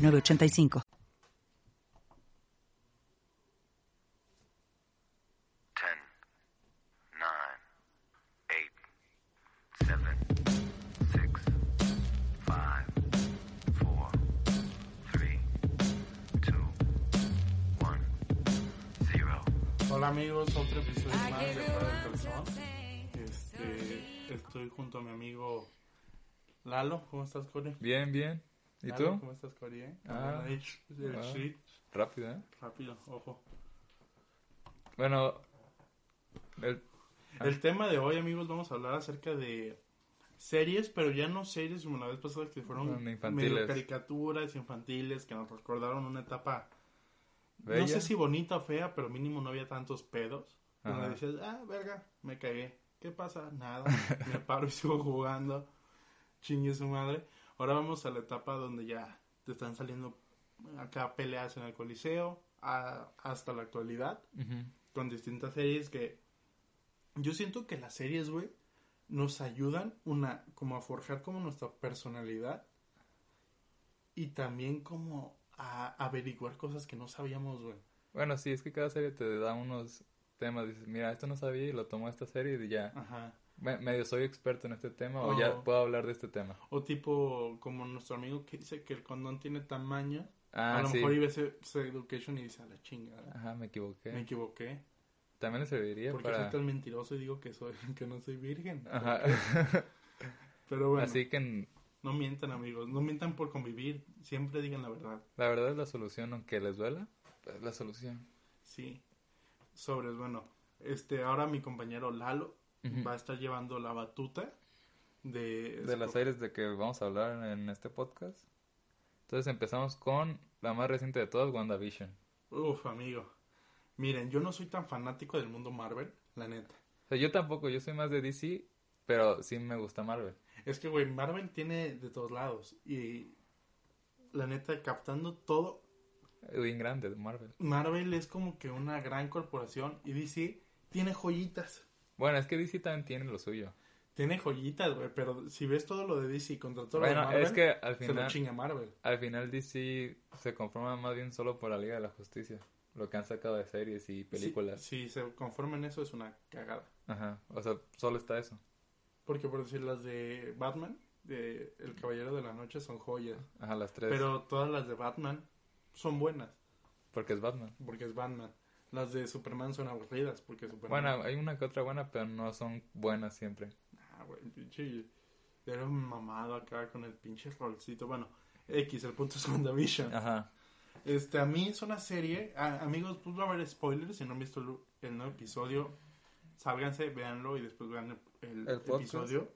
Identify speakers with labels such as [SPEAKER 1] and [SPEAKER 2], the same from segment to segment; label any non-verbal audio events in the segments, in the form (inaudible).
[SPEAKER 1] 985.
[SPEAKER 2] Ten, nine, eight, seven, six, five, four, three, two, one, zero.
[SPEAKER 3] Hola amigos, otro episodio más de Fuera del Calzón. Este, estoy junto a mi amigo Lalo. ¿Cómo estás, Cori?
[SPEAKER 4] Bien, bien. ¿Y
[SPEAKER 3] Lalo,
[SPEAKER 4] tú?
[SPEAKER 3] ¿Cómo estás, Cori? eh?
[SPEAKER 4] Ah.
[SPEAKER 3] Ahí, sh- el
[SPEAKER 4] Ah.
[SPEAKER 3] shit,
[SPEAKER 4] Rápido, ¿eh?
[SPEAKER 3] rápido, ojo.
[SPEAKER 4] Bueno, el- Ah.
[SPEAKER 3] El tema de hoy, amigos, vamos a hablar acerca de series, pero ya no series como la vez pasada que fueron
[SPEAKER 4] Bueno, infantiles.
[SPEAKER 3] medio caricaturas infantiles que nos recordaron una etapa
[SPEAKER 4] Bella.
[SPEAKER 3] No sé si bonita o fea, pero mínimo no había tantos pedos. Donde
[SPEAKER 4] Ajá.
[SPEAKER 3] decías, ah, verga, me cagué. ¿Qué pasa? Nada. Me
[SPEAKER 4] (laughs)
[SPEAKER 3] paro y sigo jugando. Chingue su madre. Ahora vamos a la etapa donde ya te están saliendo acá peleas en el coliseo. a- hasta la actualidad.
[SPEAKER 4] Ujú.
[SPEAKER 3] Con distintas series que... Yo siento que las series, güey, nos ayudan una como a forjar como nuestra personalidad y también como a averiguar cosas que no sabíamos, güey.
[SPEAKER 4] Bueno, sí, es que cada serie te da unos temas. Dices, mira, esto no sabía y lo tomo de esta serie y ya.
[SPEAKER 3] Ajá.
[SPEAKER 4] Me- medio soy experto en este tema o
[SPEAKER 3] Oh.
[SPEAKER 4] ya puedo hablar de este tema.
[SPEAKER 3] O tipo, como nuestro amigo que dice que el condón tiene tamaño. a
[SPEAKER 4] Ah,
[SPEAKER 3] lo
[SPEAKER 4] sí. Ah,
[SPEAKER 3] mejor iba a ser Sex Education y dice, a la chingada.
[SPEAKER 4] Ajá, me equivoqué.
[SPEAKER 3] Me equivoqué.
[SPEAKER 4] También le serviría
[SPEAKER 3] Porque
[SPEAKER 4] para...
[SPEAKER 3] soy tan mentiroso y digo que soy (laughs) que no soy virgen.
[SPEAKER 4] Ajá.
[SPEAKER 3] Pero (laughs) bueno,
[SPEAKER 4] Así que en-
[SPEAKER 3] no mientan, amigos. No mientan por convivir. Siempre digan la verdad.
[SPEAKER 4] la verdad es la solución, aunque les duela, es la solución.
[SPEAKER 3] Sí. Sobres, bueno. Este, ahora mi compañero Lalo
[SPEAKER 4] Ujú.
[SPEAKER 3] va a estar llevando la batuta de...
[SPEAKER 4] de las series de que vamos a hablar en este podcast. Entonces empezamos con la más reciente de todas, WandaVision.
[SPEAKER 3] Uf, amigo. Miren, yo no soy tan fanático del mundo Marvel, la neta.
[SPEAKER 4] O sea, yo tampoco, yo soy más de DC, pero sí me gusta Marvel.
[SPEAKER 3] Es que, güey, Marvel tiene de todos lados. Y la neta, captando todo,
[SPEAKER 4] Bien grande de Marvel.
[SPEAKER 3] Marvel es como que una gran corporación. Y DC tiene joyitas.
[SPEAKER 4] Bueno, es que DC también tiene lo suyo.
[SPEAKER 3] Tiene joyitas, güey. Pero si ves todo lo de DC contra todo lo
[SPEAKER 4] bueno,
[SPEAKER 3] de Marvel,
[SPEAKER 4] es que al
[SPEAKER 3] se lo
[SPEAKER 4] final,
[SPEAKER 3] chinga Marvel.
[SPEAKER 4] al final DC se conforma más bien solo por la Liga de la Justicia. Lo que han sacado de series y películas.
[SPEAKER 3] Si, si se conforman en eso, es una cagada.
[SPEAKER 4] Ajá. O sea, solo está eso.
[SPEAKER 3] Porque por decir las de Batman, de El Caballero de la Noche, son joyas.
[SPEAKER 4] Ajá, las tres.
[SPEAKER 3] Pero todas las de Batman son buenas.
[SPEAKER 4] Porque es Batman.
[SPEAKER 3] Porque es Batman. Las de Superman son aburridas porque Superman.
[SPEAKER 4] Bueno, hay una que otra buena, pero no son buenas siempre.
[SPEAKER 3] Ah, güey, el pinche. Era un mamado acá con el pinche rolcito. Bueno, X, el punto es WandaVision.
[SPEAKER 4] Ajá.
[SPEAKER 3] Este, a mí es una serie. a- amigos, pues va a haber spoilers. Si no han visto el, el nuevo episodio, sálganse, véanlo y después vean el, el
[SPEAKER 4] El podcast.
[SPEAKER 3] episodio.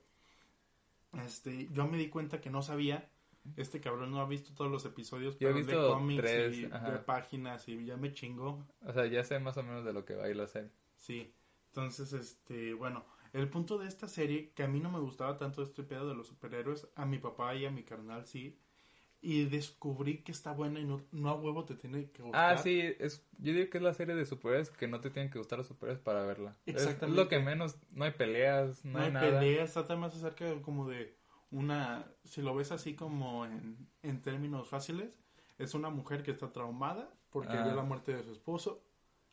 [SPEAKER 3] Este, yo me di cuenta que no sabía. Este cabrón no ha visto todos los episodios,
[SPEAKER 4] Yo he
[SPEAKER 3] pero es de
[SPEAKER 4] visto
[SPEAKER 3] cómics
[SPEAKER 4] tres,
[SPEAKER 3] y
[SPEAKER 4] ajá.
[SPEAKER 3] de páginas y ya me chingó.
[SPEAKER 4] O sea, ya sé más o menos de lo que va a ir la serie.
[SPEAKER 3] Sí, entonces, este, bueno, el punto de esta serie, que a mí no me gustaba tanto este pedo de los superhéroes, a mi papá y a mi carnal sí, y descubrí que está buena y no, no a huevo te tiene que gustar.
[SPEAKER 4] Ah, sí, es, yo digo que es la serie de superhéroes que no te tienen que gustar los superhéroes para verla. Es-
[SPEAKER 3] Exactamente.
[SPEAKER 4] Es, lo que menos, no hay peleas, no,
[SPEAKER 3] No
[SPEAKER 4] hay,
[SPEAKER 3] hay
[SPEAKER 4] nada.
[SPEAKER 3] peleas, trata más acerca de como de una, si lo ves así como en, en términos fáciles, es una mujer que está traumada porque
[SPEAKER 4] Ah.
[SPEAKER 3] vio la muerte de su esposo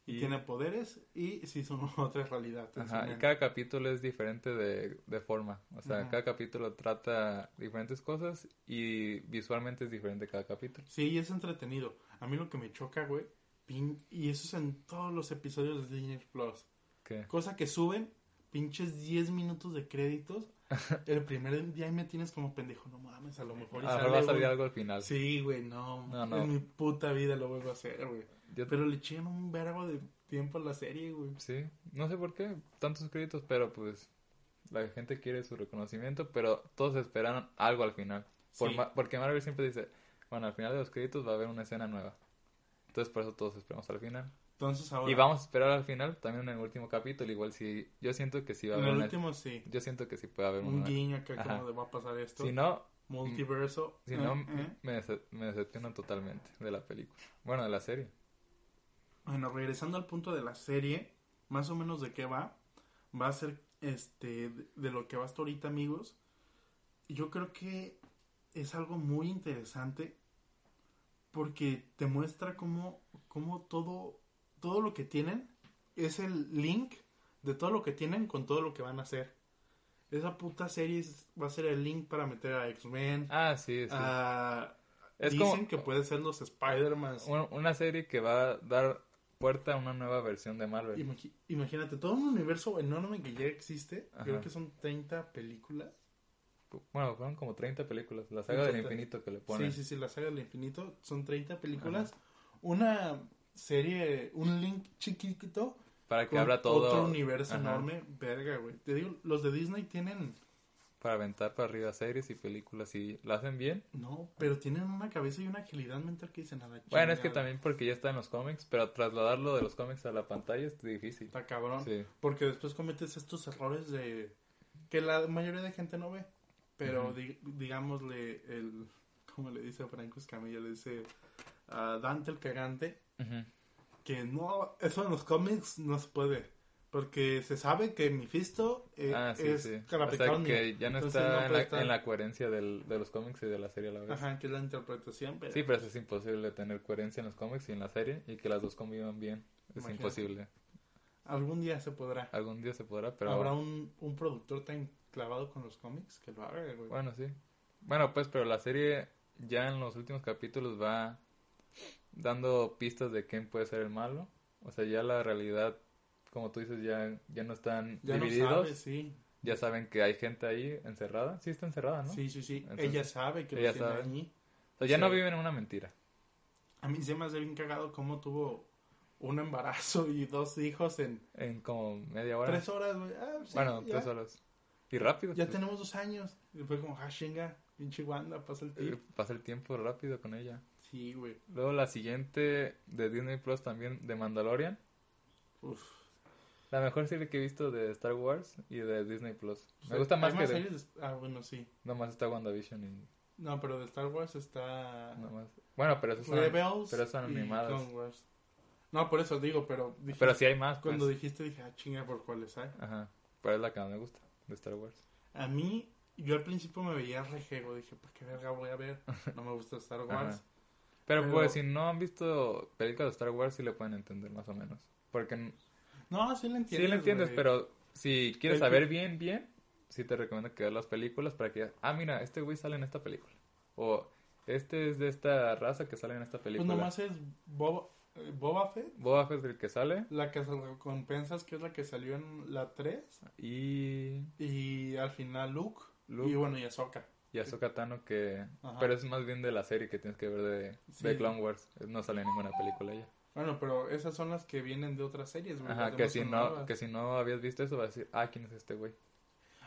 [SPEAKER 3] y,
[SPEAKER 4] Y-
[SPEAKER 3] tiene poderes y sí son (laughs) otra realidad. en su
[SPEAKER 4] Ajá, y
[SPEAKER 3] mente.
[SPEAKER 4] cada capítulo es diferente de, de forma. O sea,
[SPEAKER 3] Ujú.
[SPEAKER 4] cada capítulo trata diferentes cosas y visualmente es diferente cada capítulo.
[SPEAKER 3] Sí, y es entretenido. A mí lo que me choca, güey, pin- y eso es en todos los episodios de Disney Plus.
[SPEAKER 4] ¿Qué?
[SPEAKER 3] Cosa que suben pinches 10 minutos de créditos.
[SPEAKER 4] (laughs)
[SPEAKER 3] El primer día ahí me tienes como pendejo, no mames, a lo mejor. y
[SPEAKER 4] A lo mejor
[SPEAKER 3] sale
[SPEAKER 4] va a salir
[SPEAKER 3] un-
[SPEAKER 4] algo al final.
[SPEAKER 3] Sí, güey, no,
[SPEAKER 4] No, no.
[SPEAKER 3] En mi puta vida lo vuelvo a hacer, güey.
[SPEAKER 4] Yo-
[SPEAKER 3] Pero le eché un verbo de tiempo a la serie, güey.
[SPEAKER 4] sí, no sé por qué, tantos créditos, pero pues la gente quiere su reconocimiento, pero todos esperan algo al final. Por
[SPEAKER 3] Sí.
[SPEAKER 4] ma- porque Marvel siempre dice, Bueno, al final de los créditos va a haber una escena nueva. Entonces por eso todos esperamos al final.
[SPEAKER 3] Entonces ahora.
[SPEAKER 4] Y vamos a esperar al final también en el último capítulo. Igual si yo siento que sí va a
[SPEAKER 3] En
[SPEAKER 4] haber
[SPEAKER 3] el
[SPEAKER 4] una-
[SPEAKER 3] último sí.
[SPEAKER 4] Yo siento que sí puede haber
[SPEAKER 3] Un
[SPEAKER 4] una.
[SPEAKER 3] guiño acá
[SPEAKER 4] Ajá.
[SPEAKER 3] como de va a pasar esto.
[SPEAKER 4] Si no, mm,
[SPEAKER 3] Multiverso.
[SPEAKER 4] si
[SPEAKER 3] eh,
[SPEAKER 4] no mm,
[SPEAKER 3] eh.
[SPEAKER 4] me, dece- me decepcionan totalmente de la película. Bueno, de la serie.
[SPEAKER 3] Bueno, regresando al punto de la serie, más o menos de qué va, va a ser este de- de lo que va hasta ahorita, amigos. Y Yo creo que es algo muy interesante porque te muestra cómo, cómo todo, todo lo que tienen es el link de todo lo que tienen con todo lo que van a hacer. Esa puta serie es- va a ser el link para meter a X-Men.
[SPEAKER 4] Ah, sí, sí.
[SPEAKER 3] a-
[SPEAKER 4] es
[SPEAKER 3] dicen
[SPEAKER 4] como
[SPEAKER 3] que puede ser los Spider-Man.
[SPEAKER 4] un- una serie que va a dar puerta a una nueva versión de Marvel.
[SPEAKER 3] Imagi- imagínate, todo un universo enorme que ya existe.
[SPEAKER 4] Ajá.
[SPEAKER 3] Creo que son 30 películas.
[SPEAKER 4] Bueno, fueron como 30 películas. La saga del
[SPEAKER 3] Entonces,
[SPEAKER 4] infinito que le ponen.
[SPEAKER 3] Sí, sí, sí, la saga del infinito. Son 30 películas. Una serie, un link chiquitito.
[SPEAKER 4] Para que
[SPEAKER 3] con
[SPEAKER 4] abra todo.
[SPEAKER 3] Otro universo
[SPEAKER 4] Ajá.
[SPEAKER 3] enorme. Verga, güey. Te digo, los de Disney tienen.
[SPEAKER 4] Para aventar para arriba series y películas. Y la hacen bien.
[SPEAKER 3] No, pero tienen una cabeza y una agilidad mental que dicen nada.
[SPEAKER 4] Bueno, es que
[SPEAKER 3] chingada.
[SPEAKER 4] también porque ya está en los cómics. Pero trasladarlo de los cómics a la pantalla es difícil.
[SPEAKER 3] Está cabrón.
[SPEAKER 4] Sí.
[SPEAKER 3] Porque después cometes estos errores de que la mayoría de gente no ve. Pero
[SPEAKER 4] Ujú.
[SPEAKER 3] di- digámosle el como le dice Franco Escamilla, le dice a Dante el cagante
[SPEAKER 4] Ujú.
[SPEAKER 3] que no eso en los cómics no se puede. Porque se sabe que Mephisto eh,
[SPEAKER 4] Ah, sí,
[SPEAKER 3] es
[SPEAKER 4] sí. O sea,
[SPEAKER 3] Carapecón,
[SPEAKER 4] que ya no
[SPEAKER 3] Entonces,
[SPEAKER 4] está en
[SPEAKER 3] puede
[SPEAKER 4] la,
[SPEAKER 3] estar-
[SPEAKER 4] en la coherencia del- de los cómics y de la serie a la vez.
[SPEAKER 3] Ajá, que es la interpretación, pero
[SPEAKER 4] Sí, pero eso es imposible tener coherencia en los cómics y en la serie y que las dos convivan bien. Es
[SPEAKER 3] Imagínate.
[SPEAKER 4] imposible.
[SPEAKER 3] algún día se podrá.
[SPEAKER 4] Algún día se podrá, Ah, pero.
[SPEAKER 3] Habrá un, un productor tan clavado con los cómics que lo haga, güey.
[SPEAKER 4] Bueno, sí. Bueno, pues, pero la serie ya en los últimos capítulos va dando pistas de quién puede ser el malo. O sea, ya la realidad, como tú dices, ya, ya no están
[SPEAKER 3] ya
[SPEAKER 4] divididos.
[SPEAKER 3] no sabe, sí.
[SPEAKER 4] Ya saben que hay gente ahí encerrada. Sí, está encerrada, ¿no?
[SPEAKER 3] Sí, sí, sí.
[SPEAKER 4] Entonces,
[SPEAKER 3] ella sabe que
[SPEAKER 4] ella
[SPEAKER 3] lo tiene
[SPEAKER 4] sabe.
[SPEAKER 3] allí.
[SPEAKER 4] O sea, ya no
[SPEAKER 3] Sí.
[SPEAKER 4] viven en una mentira.
[SPEAKER 3] A mí se me hace bien cagado cómo tuvo un embarazo y dos hijos en
[SPEAKER 4] En como media hora.
[SPEAKER 3] tres horas, güey. Ah, sí,
[SPEAKER 4] bueno,
[SPEAKER 3] ya,
[SPEAKER 4] tres horas. Y rápido.
[SPEAKER 3] Ya
[SPEAKER 4] pues,
[SPEAKER 3] tenemos dos años. Y fue como, ah, chinga, pinche Wanda, pasa el
[SPEAKER 4] eh,
[SPEAKER 3] tip.
[SPEAKER 4] Pasa el tiempo rápido con ella.
[SPEAKER 3] Sí, güey.
[SPEAKER 4] Luego la siguiente de Disney Plus también, de Mandalorian.
[SPEAKER 3] Uf.
[SPEAKER 4] La mejor serie que he visto de Star Wars y de Disney Plus. Me
[SPEAKER 3] Hay-
[SPEAKER 4] gusta más
[SPEAKER 3] hay
[SPEAKER 4] que de...
[SPEAKER 3] series de- Ah, bueno, sí.
[SPEAKER 4] Nomás está WandaVision y...
[SPEAKER 3] No, pero de Star Wars está...
[SPEAKER 4] Nomás... Bueno, pero esas son,
[SPEAKER 3] Rebels
[SPEAKER 4] pero son
[SPEAKER 3] y
[SPEAKER 4] animadas.
[SPEAKER 3] Clone Wars. No, por eso digo, pero... dije-
[SPEAKER 4] Pero sí hay más, pues.
[SPEAKER 3] Cuando dijiste dije, ah, chinga, ¿por cuáles hay?
[SPEAKER 4] Ajá. Pero es la que más me gusta de Star Wars.
[SPEAKER 3] A mí, yo al principio me veía rejego. Dije, ¿para qué verga voy a ver? No me gusta Star Wars.
[SPEAKER 4] Ajá. Pero,
[SPEAKER 3] Pero-
[SPEAKER 4] pues si no han visto películas de Star Wars sí le pueden entender más o menos. Porque n-
[SPEAKER 3] No, sí lo entiendes.
[SPEAKER 4] sí le entiendes,
[SPEAKER 3] güey.
[SPEAKER 4] pero si quieres
[SPEAKER 3] El que-
[SPEAKER 4] saber bien, bien, sí te recomiendo que veas las películas para que... Ah, mira, este güey sale en esta película. O este es de esta raza que sale en esta
[SPEAKER 3] Pues
[SPEAKER 4] película.
[SPEAKER 3] nomás es Boba, eh, Boba Fett,
[SPEAKER 4] Boba Fett es el que sale
[SPEAKER 3] la que recompensas, que es la que salió en la 3,
[SPEAKER 4] y...
[SPEAKER 3] y al final Luke,
[SPEAKER 4] Luke.
[SPEAKER 3] y bueno, y Ahsoka.
[SPEAKER 4] Y Ahsoka Tano que...
[SPEAKER 3] Ajá.
[SPEAKER 4] Pero es más bien de la serie que tienes que ver de, de
[SPEAKER 3] Sí.
[SPEAKER 4] Clone Wars. No sale en ninguna película ya.
[SPEAKER 3] Bueno, pero esas son las que vienen de otras series, güey, las
[SPEAKER 4] Ajá, que
[SPEAKER 3] demás
[SPEAKER 4] si,
[SPEAKER 3] son
[SPEAKER 4] no,
[SPEAKER 3] nuevas.
[SPEAKER 4] que si no habías visto eso vas a decir, ah, ¿quién es este güey?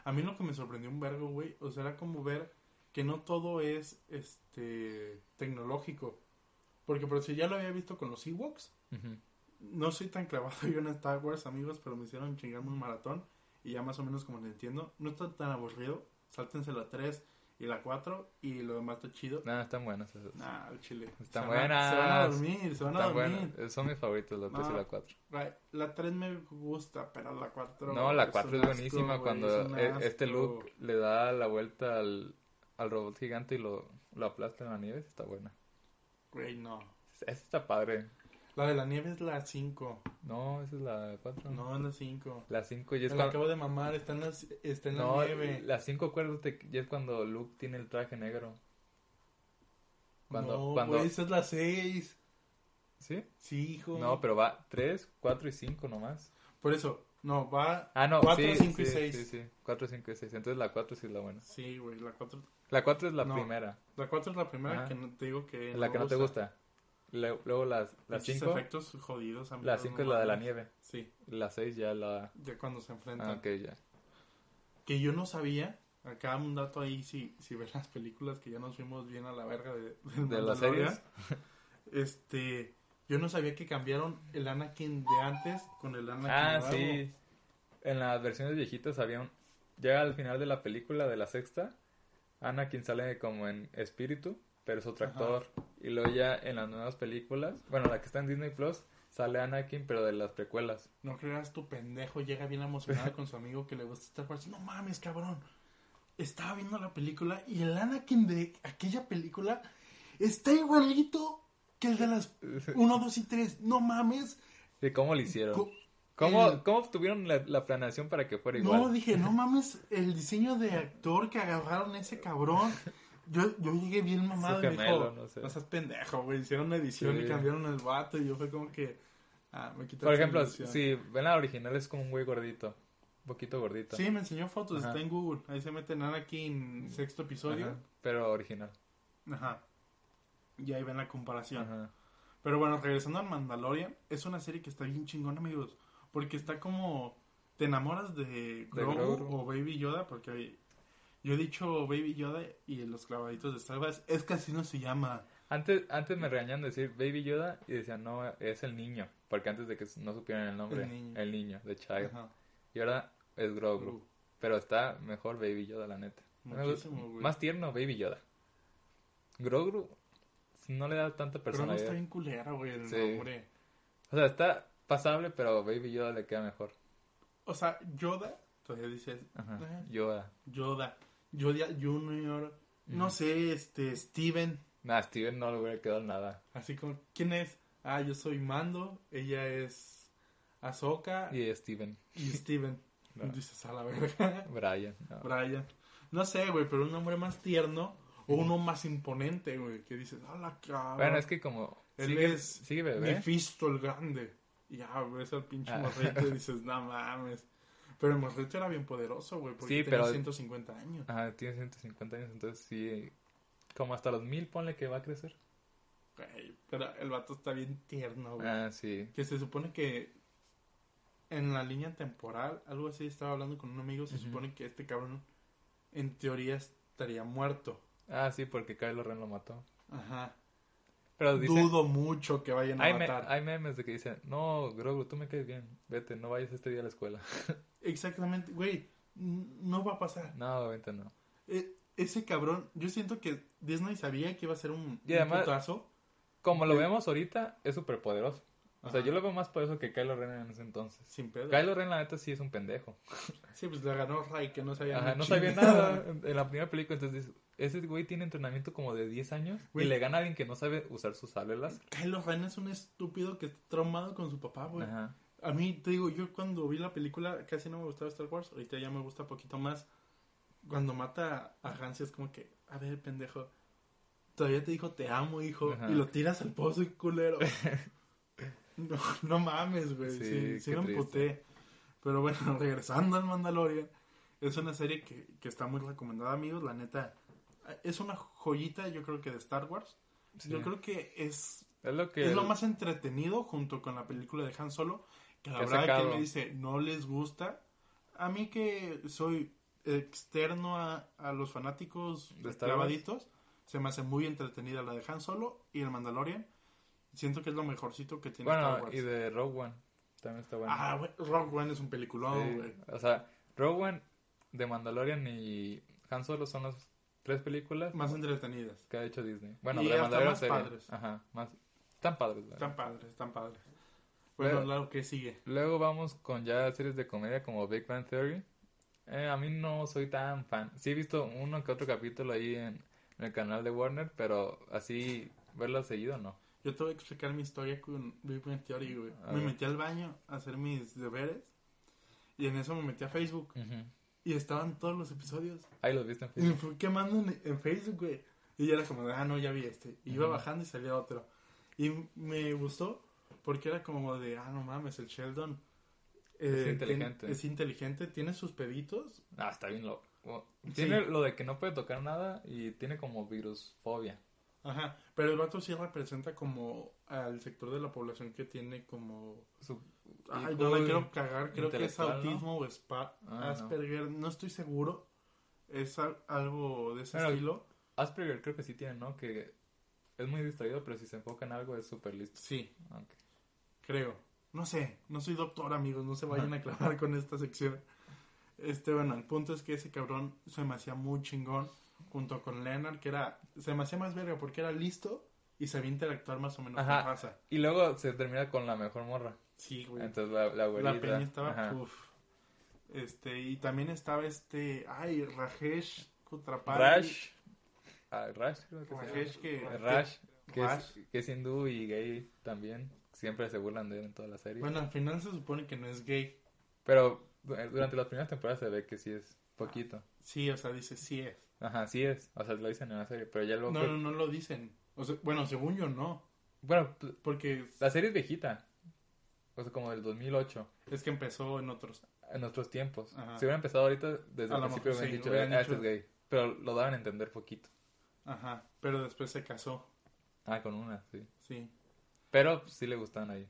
[SPEAKER 3] A mí lo que me sorprendió un vergo, güey, o sea, era como ver que no todo es este tecnológico. Porque por si ya lo había visto con los Ewoks,
[SPEAKER 4] Ujú.
[SPEAKER 3] No soy tan clavado (laughs) yo en Star Wars, amigos, pero me hicieron chingarme un maratón y ya más o menos como lo entiendo. No está tan aburrido. Sáltense la 3 y la 4 y lo demás está chido.
[SPEAKER 4] Nada, están buenas esas.
[SPEAKER 3] Nah, el chile.
[SPEAKER 4] Están
[SPEAKER 3] se van a- se van a
[SPEAKER 4] buenas.
[SPEAKER 3] dormir, se van a
[SPEAKER 4] Están
[SPEAKER 3] dormir.
[SPEAKER 4] buenas. Eh, Son mis favoritos, la 3 y
[SPEAKER 3] No.
[SPEAKER 4] la 4.
[SPEAKER 3] Ra- La 3 me gusta, pero la 4...
[SPEAKER 4] No, la 4 es buenísima cuando eh, este
[SPEAKER 3] look
[SPEAKER 4] Luke le da la vuelta al, al robot gigante y lo, lo aplasta en la nieve. Está buena.
[SPEAKER 3] Güey, no.
[SPEAKER 4] Esa está padre.
[SPEAKER 3] La de la nieve es la 5.
[SPEAKER 4] No, esa es la 4.
[SPEAKER 3] No, es la 5.
[SPEAKER 4] La 5 ya
[SPEAKER 3] Me
[SPEAKER 4] es
[SPEAKER 3] la
[SPEAKER 4] cuando...
[SPEAKER 3] acabo de mamar, está en, las- está en
[SPEAKER 4] No,
[SPEAKER 3] la nieve.
[SPEAKER 4] las 5 acuérdate que ya es cuando Luke tiene el traje negro. Cuando,
[SPEAKER 3] no,
[SPEAKER 4] cuando...
[SPEAKER 3] güey, esa es la 6.
[SPEAKER 4] ¿Sí?
[SPEAKER 3] Sí, hijo.
[SPEAKER 4] No, pero va 3, 4 y 5 nomás.
[SPEAKER 3] Por eso, no, va.
[SPEAKER 4] Ah, no,
[SPEAKER 3] Cuatro,
[SPEAKER 4] 4,
[SPEAKER 3] cinco
[SPEAKER 4] 5
[SPEAKER 3] y
[SPEAKER 4] sí,
[SPEAKER 3] seis.
[SPEAKER 4] Sí, sí, 4, 5 y 6. Entonces la 4 sí es la buena.
[SPEAKER 3] Sí, güey, la 4.
[SPEAKER 4] La 4 es la
[SPEAKER 3] No.
[SPEAKER 4] primera.
[SPEAKER 3] La 4 es la primera
[SPEAKER 4] Ajá.
[SPEAKER 3] que no, te digo que.
[SPEAKER 4] Ah. La que no te gusta. Le- Luego las
[SPEAKER 3] Los
[SPEAKER 4] 5.
[SPEAKER 3] efectos jodidos. amigos,
[SPEAKER 4] La
[SPEAKER 3] no
[SPEAKER 4] 5 es la de la
[SPEAKER 3] mames.
[SPEAKER 4] nieve.
[SPEAKER 3] Sí,
[SPEAKER 4] La 6 ya la.
[SPEAKER 3] ya cuando se enfrentan.
[SPEAKER 4] Ah, ok, ya.
[SPEAKER 3] Que yo no sabía Acá un dato ahí, si, si ves las películas que ya nos fuimos bien a la verga de, del
[SPEAKER 4] De las
[SPEAKER 3] Mandalorian,
[SPEAKER 4] series.
[SPEAKER 3] Este, yo no sabía que cambiaron el Anakin de antes con el Anakin
[SPEAKER 4] Ah,
[SPEAKER 3] nuevo.
[SPEAKER 4] sí. En las versiones viejitas había un... Llega al final de la película, de la sexta, Anakin sale como en espíritu, pero es otro
[SPEAKER 3] Ajá.
[SPEAKER 4] actor. Y luego ya en las nuevas películas, bueno, la que está en Disney Plus, sale Anakin, pero de las precuelas.
[SPEAKER 3] No creas tu pendejo, llega bien
[SPEAKER 4] (laughs)
[SPEAKER 3] emocionado con su amigo que le gusta Star Wars. No mames, cabrón. Estaba viendo la película y el Anakin de aquella película está igualito que el de
[SPEAKER 4] (laughs)
[SPEAKER 3] las 1, 2 y 3. No mames.
[SPEAKER 4] ¿Y cómo lo hicieron?
[SPEAKER 3] Co-
[SPEAKER 4] ¿Cómo,
[SPEAKER 3] el-
[SPEAKER 4] ¿Cómo obtuvieron la, la planeación para que fuera igual? (laughs)
[SPEAKER 3] No, dije, no mames, el diseño de actor que agarraron ese cabrón. Yo, yo llegué bien mamado
[SPEAKER 4] Su
[SPEAKER 3] y me
[SPEAKER 4] gemelo,
[SPEAKER 3] dijo,
[SPEAKER 4] no
[SPEAKER 3] no,
[SPEAKER 4] sé.
[SPEAKER 3] seas pendejo, güey. Hicieron una edición
[SPEAKER 4] Sí.
[SPEAKER 3] y cambiaron el vato y yo fue como que... Ah, me quitaste
[SPEAKER 4] Por
[SPEAKER 3] la
[SPEAKER 4] ejemplo,
[SPEAKER 3] ilusión.
[SPEAKER 4] si ven la original es como un güey gordito, un poquito gordito.
[SPEAKER 3] Sí, me enseñó fotos,
[SPEAKER 4] Ajá.
[SPEAKER 3] está en Google. Ahí se meten aquí en sexto episodio.
[SPEAKER 4] Ajá, pero original.
[SPEAKER 3] Ajá. Y ahí ven la comparación.
[SPEAKER 4] Ajá.
[SPEAKER 3] Pero bueno, regresando al Mandalorian, es una serie que está bien chingona, amigos. Porque está como. Te enamoras de Grogu,
[SPEAKER 4] Grogu.
[SPEAKER 3] o Baby Yoda, porque oye, yo he dicho Baby Yoda y los clavaditos de Star Wars, es que así no se llama.
[SPEAKER 4] Antes, antes me regañaban de decir Baby Yoda y decían, no, es el niño. Porque antes de que no supieran el nombre,
[SPEAKER 3] El niño.
[SPEAKER 4] de Child.
[SPEAKER 3] Ajá.
[SPEAKER 4] Y ahora es Grogu.
[SPEAKER 3] Grogu.
[SPEAKER 4] Pero está mejor Baby Yoda, la neta. Me gusta-
[SPEAKER 3] Muchísimo, güey.
[SPEAKER 4] Más tierno Baby Yoda. Grogu no le da tanta
[SPEAKER 3] Pero no
[SPEAKER 4] personalidad.
[SPEAKER 3] está bien culera, güey, el
[SPEAKER 4] Sí.
[SPEAKER 3] nombre.
[SPEAKER 4] O sea, está pasable, pero Baby Yoda le queda mejor.
[SPEAKER 3] O sea, Yoda, todavía dices,
[SPEAKER 4] Ajá.
[SPEAKER 3] "Ah,
[SPEAKER 4] Yoda.
[SPEAKER 3] Yoda, Yoda Junior, no sé, este, Steven,
[SPEAKER 4] Nah, Steven no le hubiera quedado nada.
[SPEAKER 3] así como, ¿quién es? Ah, yo soy Mando, ella es Ahsoka,
[SPEAKER 4] Y Steven.
[SPEAKER 3] y
[SPEAKER 4] (laughs)
[SPEAKER 3] Steven.
[SPEAKER 4] No.
[SPEAKER 3] Dices a la
[SPEAKER 4] (laughs)
[SPEAKER 3] verga.
[SPEAKER 4] Brian. no.
[SPEAKER 3] Brian. No sé, güey, pero un nombre más tierno o uno más imponente, güey, que dices, a la cara.
[SPEAKER 4] Bueno, es que como...
[SPEAKER 3] Él
[SPEAKER 4] sigue,
[SPEAKER 3] es
[SPEAKER 4] sigue bebé.
[SPEAKER 3] Mephisto el grande. Y ya, güey, es el pinche
[SPEAKER 4] Ah.
[SPEAKER 3] morrito
[SPEAKER 4] (laughs)
[SPEAKER 3] y dices, no mames. Pero el morrito era bien poderoso, güey, porque
[SPEAKER 4] Sí,
[SPEAKER 3] tenía
[SPEAKER 4] pero- Ah.
[SPEAKER 3] 150 años.
[SPEAKER 4] Ajá, tiene 150 años, entonces sí. Como hasta los mil, ponle que va a crecer.
[SPEAKER 3] Güey, pero el vato está bien tierno, güey.
[SPEAKER 4] Ah, sí.
[SPEAKER 3] Que se supone que en la línea temporal, algo así, estaba hablando con un amigo, se
[SPEAKER 4] Ujú.
[SPEAKER 3] supone que este cabrón en teoría estaría muerto.
[SPEAKER 4] Ah, sí, porque Kylo Ren lo mató.
[SPEAKER 3] Ajá.
[SPEAKER 4] Pero dice.
[SPEAKER 3] Dudo mucho que vayan a
[SPEAKER 4] hay, me-
[SPEAKER 3] matar.
[SPEAKER 4] hay memes de que dicen, no, Grogu, tú me caes bien. Vete, no vayas este día a la escuela. (laughs)
[SPEAKER 3] Exactamente, güey. n- No va a pasar.
[SPEAKER 4] no, vente, no.
[SPEAKER 3] E- ese cabrón, yo siento que Disney sabía que iba a ser un,
[SPEAKER 4] Y
[SPEAKER 3] un
[SPEAKER 4] además-
[SPEAKER 3] putazo.
[SPEAKER 4] Como lo
[SPEAKER 3] Ok.
[SPEAKER 4] vemos ahorita, es súper poderoso. O sea,
[SPEAKER 3] Ajá.
[SPEAKER 4] yo lo veo más poderoso que Kylo Ren en ese entonces.
[SPEAKER 3] Sin pedo.
[SPEAKER 4] Kylo Ren, la neta, sí es un pendejo.
[SPEAKER 3] Sí, pues le ganó Ray, que no sabía
[SPEAKER 4] Ajá,
[SPEAKER 3] ni
[SPEAKER 4] no sabía
[SPEAKER 3] chingada.
[SPEAKER 4] nada en en la primera película. Entonces, dices, ese güey tiene entrenamiento como de 10 años
[SPEAKER 3] Güey.
[SPEAKER 4] y le gana a alguien que no sabe usar sus sable láser.
[SPEAKER 3] Kylo Ren es un estúpido que está traumado con su papá, güey.
[SPEAKER 4] Ajá.
[SPEAKER 3] A mí, te digo, yo cuando vi la película casi no me gustaba Star Wars. Ahorita ya me gusta poquito más. Cuando mata a Hans es como que, a ver, pendejo. Todavía te dijo, te amo, hijo.
[SPEAKER 4] Ajá.
[SPEAKER 3] Y lo tiras al pozo, y
[SPEAKER 4] (laughs)
[SPEAKER 3] culero. no, no mames, güey.
[SPEAKER 4] Sí,
[SPEAKER 3] Sí, sí,
[SPEAKER 4] qué
[SPEAKER 3] lo emputé. Pero bueno, (laughs) regresando al Mandalorian. Es una serie que, que está muy recomendada, amigos. La neta, es una joyita, yo creo que de Star Wars.
[SPEAKER 4] Sí.
[SPEAKER 3] Yo creo que es
[SPEAKER 4] Es lo que.
[SPEAKER 3] es lo
[SPEAKER 4] el-
[SPEAKER 3] más entretenido junto con la película de Han Solo. Que la
[SPEAKER 4] Que ha
[SPEAKER 3] verdad
[SPEAKER 4] sacado.
[SPEAKER 3] que me dice, no les gusta. A mí que soy externo a, a los fanáticos
[SPEAKER 4] ¿De Star Wars?
[SPEAKER 3] clavaditos, se me hace muy entretenida la de Han Solo y el Mandalorian. Siento que es lo mejorcito que tiene Star
[SPEAKER 4] Bueno,
[SPEAKER 3] Wars.
[SPEAKER 4] y de Rogue One. También está bueno.
[SPEAKER 3] Ah, güey, Rogue One es un
[SPEAKER 4] Sí,
[SPEAKER 3] peliculón, güey.
[SPEAKER 4] O sea, Rogue One, The Mandalorian y Han Solo son las tres películas
[SPEAKER 3] Más entretenidas.
[SPEAKER 4] que ha hecho Disney. Bueno,
[SPEAKER 3] Y
[SPEAKER 4] The
[SPEAKER 3] hasta
[SPEAKER 4] Mandalorian
[SPEAKER 3] más
[SPEAKER 4] serie.
[SPEAKER 3] padres.
[SPEAKER 4] Ajá, más. Están padres. ¿verdad?
[SPEAKER 3] Están padres, están padres. Bueno,
[SPEAKER 4] Pero-
[SPEAKER 3] lo que sigue.
[SPEAKER 4] Luego vamos con ya series de comedia como Big Bang Theory. Eh, a mí no soy tan fan. Sí he visto uno que otro capítulo ahí en, en el canal de Warner, pero así verlo seguido no.
[SPEAKER 3] Yo te voy a explicar mi historia con Big Bang Theory, güey.
[SPEAKER 4] A
[SPEAKER 3] Me
[SPEAKER 4] ver.
[SPEAKER 3] metí al baño a hacer mis deberes y en eso me metí a Facebook
[SPEAKER 4] Ujú.
[SPEAKER 3] y estaban todos los episodios.
[SPEAKER 4] Ahí los viste en
[SPEAKER 3] Y me
[SPEAKER 4] Facebook.
[SPEAKER 3] fui quemando en, en Facebook, güey. Y ya era como, ah, no, ya vi este. Y iba
[SPEAKER 4] Ujú.
[SPEAKER 3] bajando y salía otro. Y me gustó porque era como de, ah, no mames, el Sheldon. eh,
[SPEAKER 4] inteligente.
[SPEAKER 3] tien- es inteligente, tiene sus peditos.
[SPEAKER 4] Ah, está bien loco. Tiene lo de que no puede tocar nada y tiene como virusfobia.
[SPEAKER 3] Ajá. Pero el vato sí representa como al sector de la población que tiene como
[SPEAKER 4] Su-
[SPEAKER 3] Ay,
[SPEAKER 4] IQ
[SPEAKER 3] no la quiero cagar, creo que es
[SPEAKER 4] intelectual, ¿no?
[SPEAKER 3] autismo o spa-
[SPEAKER 4] Ah, no.
[SPEAKER 3] Asperger, no. estoy seguro. es al- algo de ese
[SPEAKER 4] Pero-
[SPEAKER 3] estilo.
[SPEAKER 4] Asperger creo que sí tiene, ¿no? Que es muy distraído, pero si se enfoca en algo es súper listo.
[SPEAKER 3] Sí,
[SPEAKER 4] Ok.
[SPEAKER 3] creo. No sé, no soy doctor, amigos, no se vayan
[SPEAKER 4] (laughs)
[SPEAKER 3] a clavar con esta sección. Este, bueno, el punto es que ese cabrón se me hacía muy chingón junto con Leonard, que era, se me hacía más verga porque era listo y sabía interactuar más o menos
[SPEAKER 4] Ajá.
[SPEAKER 3] con raza.
[SPEAKER 4] Y luego se termina con la mejor morra.
[SPEAKER 3] Sí, güey.
[SPEAKER 4] Entonces la, la abuelita.
[SPEAKER 3] La peña estaba,
[SPEAKER 4] ajá.
[SPEAKER 3] uf. Este, y también estaba este, ay, Rajesh Kutrapani.
[SPEAKER 4] Rash. Ah, Rash creo que se llama.
[SPEAKER 3] Rajesh que...
[SPEAKER 4] Rash, que,
[SPEAKER 3] Rash.
[SPEAKER 4] Es, que es hindú y gay también. Siempre se burlan de él en toda la serie.
[SPEAKER 3] Bueno, al final se supone que no es gay.
[SPEAKER 4] Pero eh, durante las primeras temporadas se ve que sí es poquito.
[SPEAKER 3] Sí, o sea, dice sí es.
[SPEAKER 4] Ajá, sí es. O sea, lo dicen en la serie. Pero ya luego.
[SPEAKER 3] No,
[SPEAKER 4] creo-
[SPEAKER 3] no, no lo dicen. O sea, bueno, según yo no.
[SPEAKER 4] Bueno, pues,
[SPEAKER 3] Porque
[SPEAKER 4] la serie es viejita. O sea, como del 2008.
[SPEAKER 3] es que empezó en otros.
[SPEAKER 4] En nuestros tiempos.
[SPEAKER 3] Ajá.
[SPEAKER 4] Si hubiera empezado ahorita, desde
[SPEAKER 3] A
[SPEAKER 4] el
[SPEAKER 3] lo
[SPEAKER 4] principio
[SPEAKER 3] mejor
[SPEAKER 4] hubieran
[SPEAKER 3] sí,
[SPEAKER 4] dicho,
[SPEAKER 3] hubieran
[SPEAKER 4] "Ah, este
[SPEAKER 3] dicho-
[SPEAKER 4] es gay. Pero lo daban a entender poquito.
[SPEAKER 3] Ajá. Pero después se casó.
[SPEAKER 4] Ah, con una, sí.
[SPEAKER 3] Sí.
[SPEAKER 4] Pero pues, sí le gustaban ahí.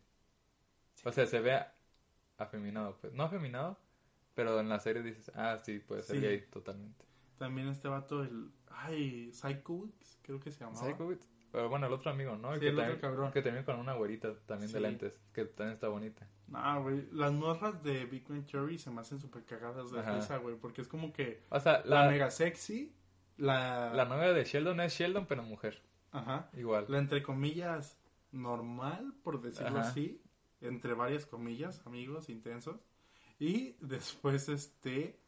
[SPEAKER 4] O sea, se ve afeminado, pues. No afeminado, pero en la serie dices, ah, sí, puede ser
[SPEAKER 3] Sí.
[SPEAKER 4] gay totalmente.
[SPEAKER 3] También este vato, el. Ay, Psychowicz, creo que se llamaba.
[SPEAKER 4] Psycho-Bit. Pero bueno, el otro amigo, ¿no?
[SPEAKER 3] Sí,
[SPEAKER 4] que
[SPEAKER 3] el otro
[SPEAKER 4] también,
[SPEAKER 3] cabrón.
[SPEAKER 4] Que también con una güerita, también de
[SPEAKER 3] Sí.
[SPEAKER 4] lentes, que también está bonita.
[SPEAKER 3] Nah, güey. Las morras de Big Bang Theory se me hacen súper cagadas de
[SPEAKER 4] Ajá.
[SPEAKER 3] risa, güey. Porque es como que
[SPEAKER 4] O sea,
[SPEAKER 3] la,
[SPEAKER 4] la,
[SPEAKER 3] mega sexy, la.
[SPEAKER 4] la novia de Sheldon es Sheldon, pero mujer.
[SPEAKER 3] Ajá.
[SPEAKER 4] Igual.
[SPEAKER 3] La entre comillas normal, por decirlo
[SPEAKER 4] Ajá.
[SPEAKER 3] así, entre varias comillas, amigos intensos. Y después este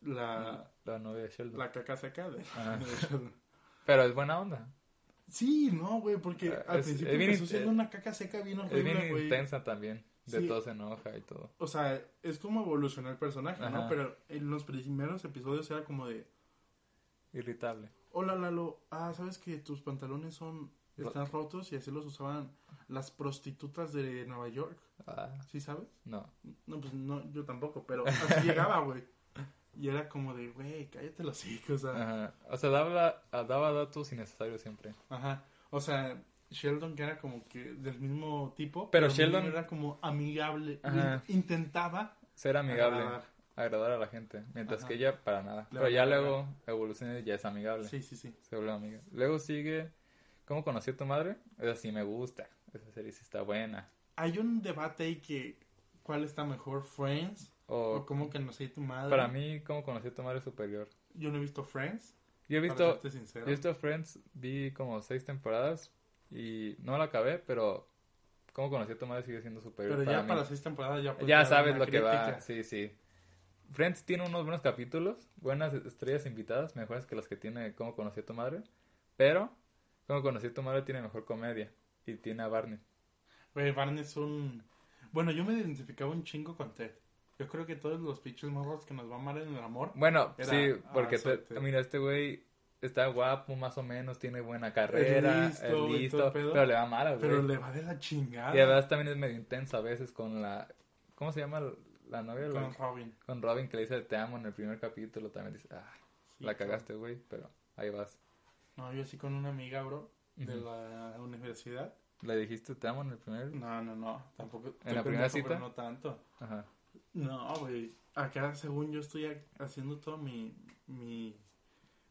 [SPEAKER 3] la,
[SPEAKER 4] La novia de Sheldon.
[SPEAKER 3] la caca seca (laughs) de-
[SPEAKER 4] Ajá. Pero es buena onda.
[SPEAKER 3] Sí, no, güey, porque
[SPEAKER 4] Ah,
[SPEAKER 3] al
[SPEAKER 4] es-
[SPEAKER 3] principio
[SPEAKER 4] es bien
[SPEAKER 3] empezó
[SPEAKER 4] in-
[SPEAKER 3] siendo una caca seca bien
[SPEAKER 4] Es bien
[SPEAKER 3] horrible, güey.
[SPEAKER 4] intensa también. De
[SPEAKER 3] Sí.
[SPEAKER 4] todo se enoja y todo.
[SPEAKER 3] O sea, es como evolucionó el personaje, ¿no?
[SPEAKER 4] Ajá.
[SPEAKER 3] Pero en los primeros episodios era como de,
[SPEAKER 4] Irritable.
[SPEAKER 3] hola Lalo, ah, ¿sabes que tus pantalones son están rotos y así los usaban las prostitutas de Nueva York?
[SPEAKER 4] Ah,
[SPEAKER 3] ¿Sí sabes?
[SPEAKER 4] no.
[SPEAKER 3] No, pues no, yo tampoco, pero
[SPEAKER 4] (laughs)
[SPEAKER 3] así llegaba, güey. Y era como de, güey, cállate los hijos. O sea, ajá.
[SPEAKER 4] Ajá. O sea, daba, daba datos innecesarios siempre.
[SPEAKER 3] O sea, Sheldon que era como que del mismo tipo.
[SPEAKER 4] Pero Sheldon-
[SPEAKER 3] era como amigable.
[SPEAKER 4] Ajá.
[SPEAKER 3] in- Intentaba.
[SPEAKER 4] Ser amigable,
[SPEAKER 3] agradar.
[SPEAKER 4] agradar a la gente. Mientras
[SPEAKER 3] Ajá.
[SPEAKER 4] que ella, para nada.
[SPEAKER 3] Le
[SPEAKER 4] Pero ya
[SPEAKER 3] valía
[SPEAKER 4] luego evoluciona y ya es amigable.
[SPEAKER 3] Sí, sí, sí.
[SPEAKER 4] Se vuelve amiga. Luego sigue. ¿Cómo conocí a tu madre? Esa sí me gusta. Esa serie sí está buena.
[SPEAKER 3] Hay un debate ahí que, ¿cuál está mejor, Friends?
[SPEAKER 4] O,
[SPEAKER 3] O como que no sé tu madre.
[SPEAKER 4] para mí, ¿cómo conocí a tu madre es superior?
[SPEAKER 3] Yo no he visto Friends.
[SPEAKER 4] Yo he
[SPEAKER 3] Para
[SPEAKER 4] visto,
[SPEAKER 3] serte
[SPEAKER 4] yo
[SPEAKER 3] sincero.
[SPEAKER 4] he visto Friends, vi como seis temporadas y no la acabé, pero ¿cómo conocí a tu madre sigue siendo superior?
[SPEAKER 3] Pero
[SPEAKER 4] para
[SPEAKER 3] ya
[SPEAKER 4] mí.
[SPEAKER 3] para seis temporadas ya puedes
[SPEAKER 4] Ya
[SPEAKER 3] dar
[SPEAKER 4] sabes
[SPEAKER 3] una
[SPEAKER 4] lo que va,
[SPEAKER 3] crítica.
[SPEAKER 4] sí, sí. Friends tiene unos buenos capítulos, buenas estrellas invitadas, mejores que las que tiene Cómo conocí a tu madre, pero Cómo conocí a tu madre tiene mejor comedia y tiene a Barney.
[SPEAKER 3] Güey, Barney es un... Bueno, yo me identificaba un chingo con Ted. Yo creo que todos los pinches morros que nos van mal en el amor...
[SPEAKER 4] Bueno,
[SPEAKER 3] Era-
[SPEAKER 4] sí,
[SPEAKER 3] ah,
[SPEAKER 4] porque
[SPEAKER 3] eso,
[SPEAKER 4] te-
[SPEAKER 3] te-
[SPEAKER 4] mira, este güey está guapo más o menos, tiene buena carrera, es
[SPEAKER 3] listo, y todo
[SPEAKER 4] listo,
[SPEAKER 3] el pedo.
[SPEAKER 4] pero le va mal al
[SPEAKER 3] Pero
[SPEAKER 4] güey.
[SPEAKER 3] le va de la chingada
[SPEAKER 4] Y además también es medio intenso a veces con la... ¿Cómo se llama la novia? La-
[SPEAKER 3] con Robin.
[SPEAKER 4] Con Robin que le dice te amo en el primer capítulo, también dice, ah,
[SPEAKER 3] Sí,
[SPEAKER 4] la
[SPEAKER 3] claro.
[SPEAKER 4] cagaste, güey, pero ahí vas.
[SPEAKER 3] No, yo sí con una amiga, bro, de
[SPEAKER 4] Ujú.
[SPEAKER 3] la universidad.
[SPEAKER 4] ¿Le dijiste te amo en el primer?
[SPEAKER 3] No, no, no, tampoco.
[SPEAKER 4] ¿En
[SPEAKER 3] soy
[SPEAKER 4] la primera
[SPEAKER 3] pendejo, pero
[SPEAKER 4] cita?
[SPEAKER 3] No tanto.
[SPEAKER 4] Ajá.
[SPEAKER 3] No, güey. Acá, según yo, estoy ha- haciendo todo mi... mi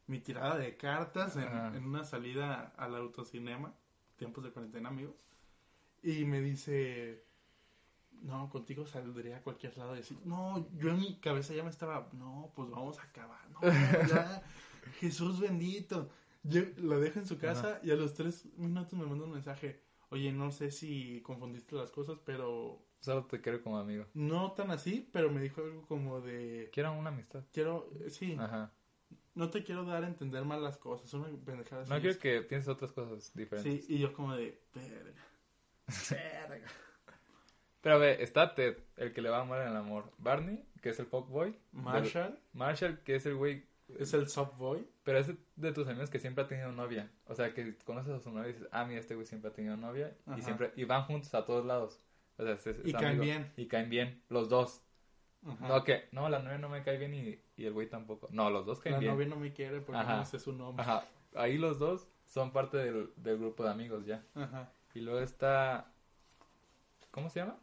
[SPEAKER 3] mi tirada de cartas en,
[SPEAKER 4] Ajá.
[SPEAKER 3] en una salida al autocinema, tiempos de cuarentena, amigos. Y me dice, no, contigo saldría a cualquier lado. Y así, no, yo en mi cabeza ya me estaba, no, pues vamos a acabar. No, ya, Jesús bendito. Yo lo dejo en su casa y a los tres minutos me manda un mensaje. Oye, no sé si confundiste las cosas, pero
[SPEAKER 4] Solo te quiero como amigo.
[SPEAKER 3] no tan así, pero me dijo algo como de...
[SPEAKER 4] Quiero una amistad.
[SPEAKER 3] Quiero, sí,
[SPEAKER 4] Ajá.
[SPEAKER 3] no te quiero dar a entender mal las cosas. Una pendejada
[SPEAKER 4] No
[SPEAKER 3] así.
[SPEAKER 4] quiero que pienses otras cosas diferentes.
[SPEAKER 3] Sí, y yo como de, verga, verga.
[SPEAKER 4] Pero ve, está Ted, el que le va mal en el amor. Barney, que es el fuckboy.
[SPEAKER 3] Marshall
[SPEAKER 4] (laughs) Del- Marshall, que es el güey...
[SPEAKER 3] es el softboy.
[SPEAKER 4] Pero es de tus amigos que siempre ha tenido novia. O sea, que conoces a su novia y dices, ah, mira, este güey siempre ha tenido novia.
[SPEAKER 3] Ajá.
[SPEAKER 4] Y siempre... Y van juntos a todos lados. O sea, es- es
[SPEAKER 3] Y caen
[SPEAKER 4] amigo.
[SPEAKER 3] bien.
[SPEAKER 4] Y caen bien, los dos.
[SPEAKER 3] Ajá.
[SPEAKER 4] No, que... No, la novia no me cae bien y, y el güey tampoco. No, los dos caen
[SPEAKER 3] La
[SPEAKER 4] bien.
[SPEAKER 3] novia no me quiere porque
[SPEAKER 4] Ajá.
[SPEAKER 3] no sé su nombre. Ajá.
[SPEAKER 4] Ajá. Ahí los dos son parte del, del grupo de amigos ya. Y luego está. ¿Cómo se llama?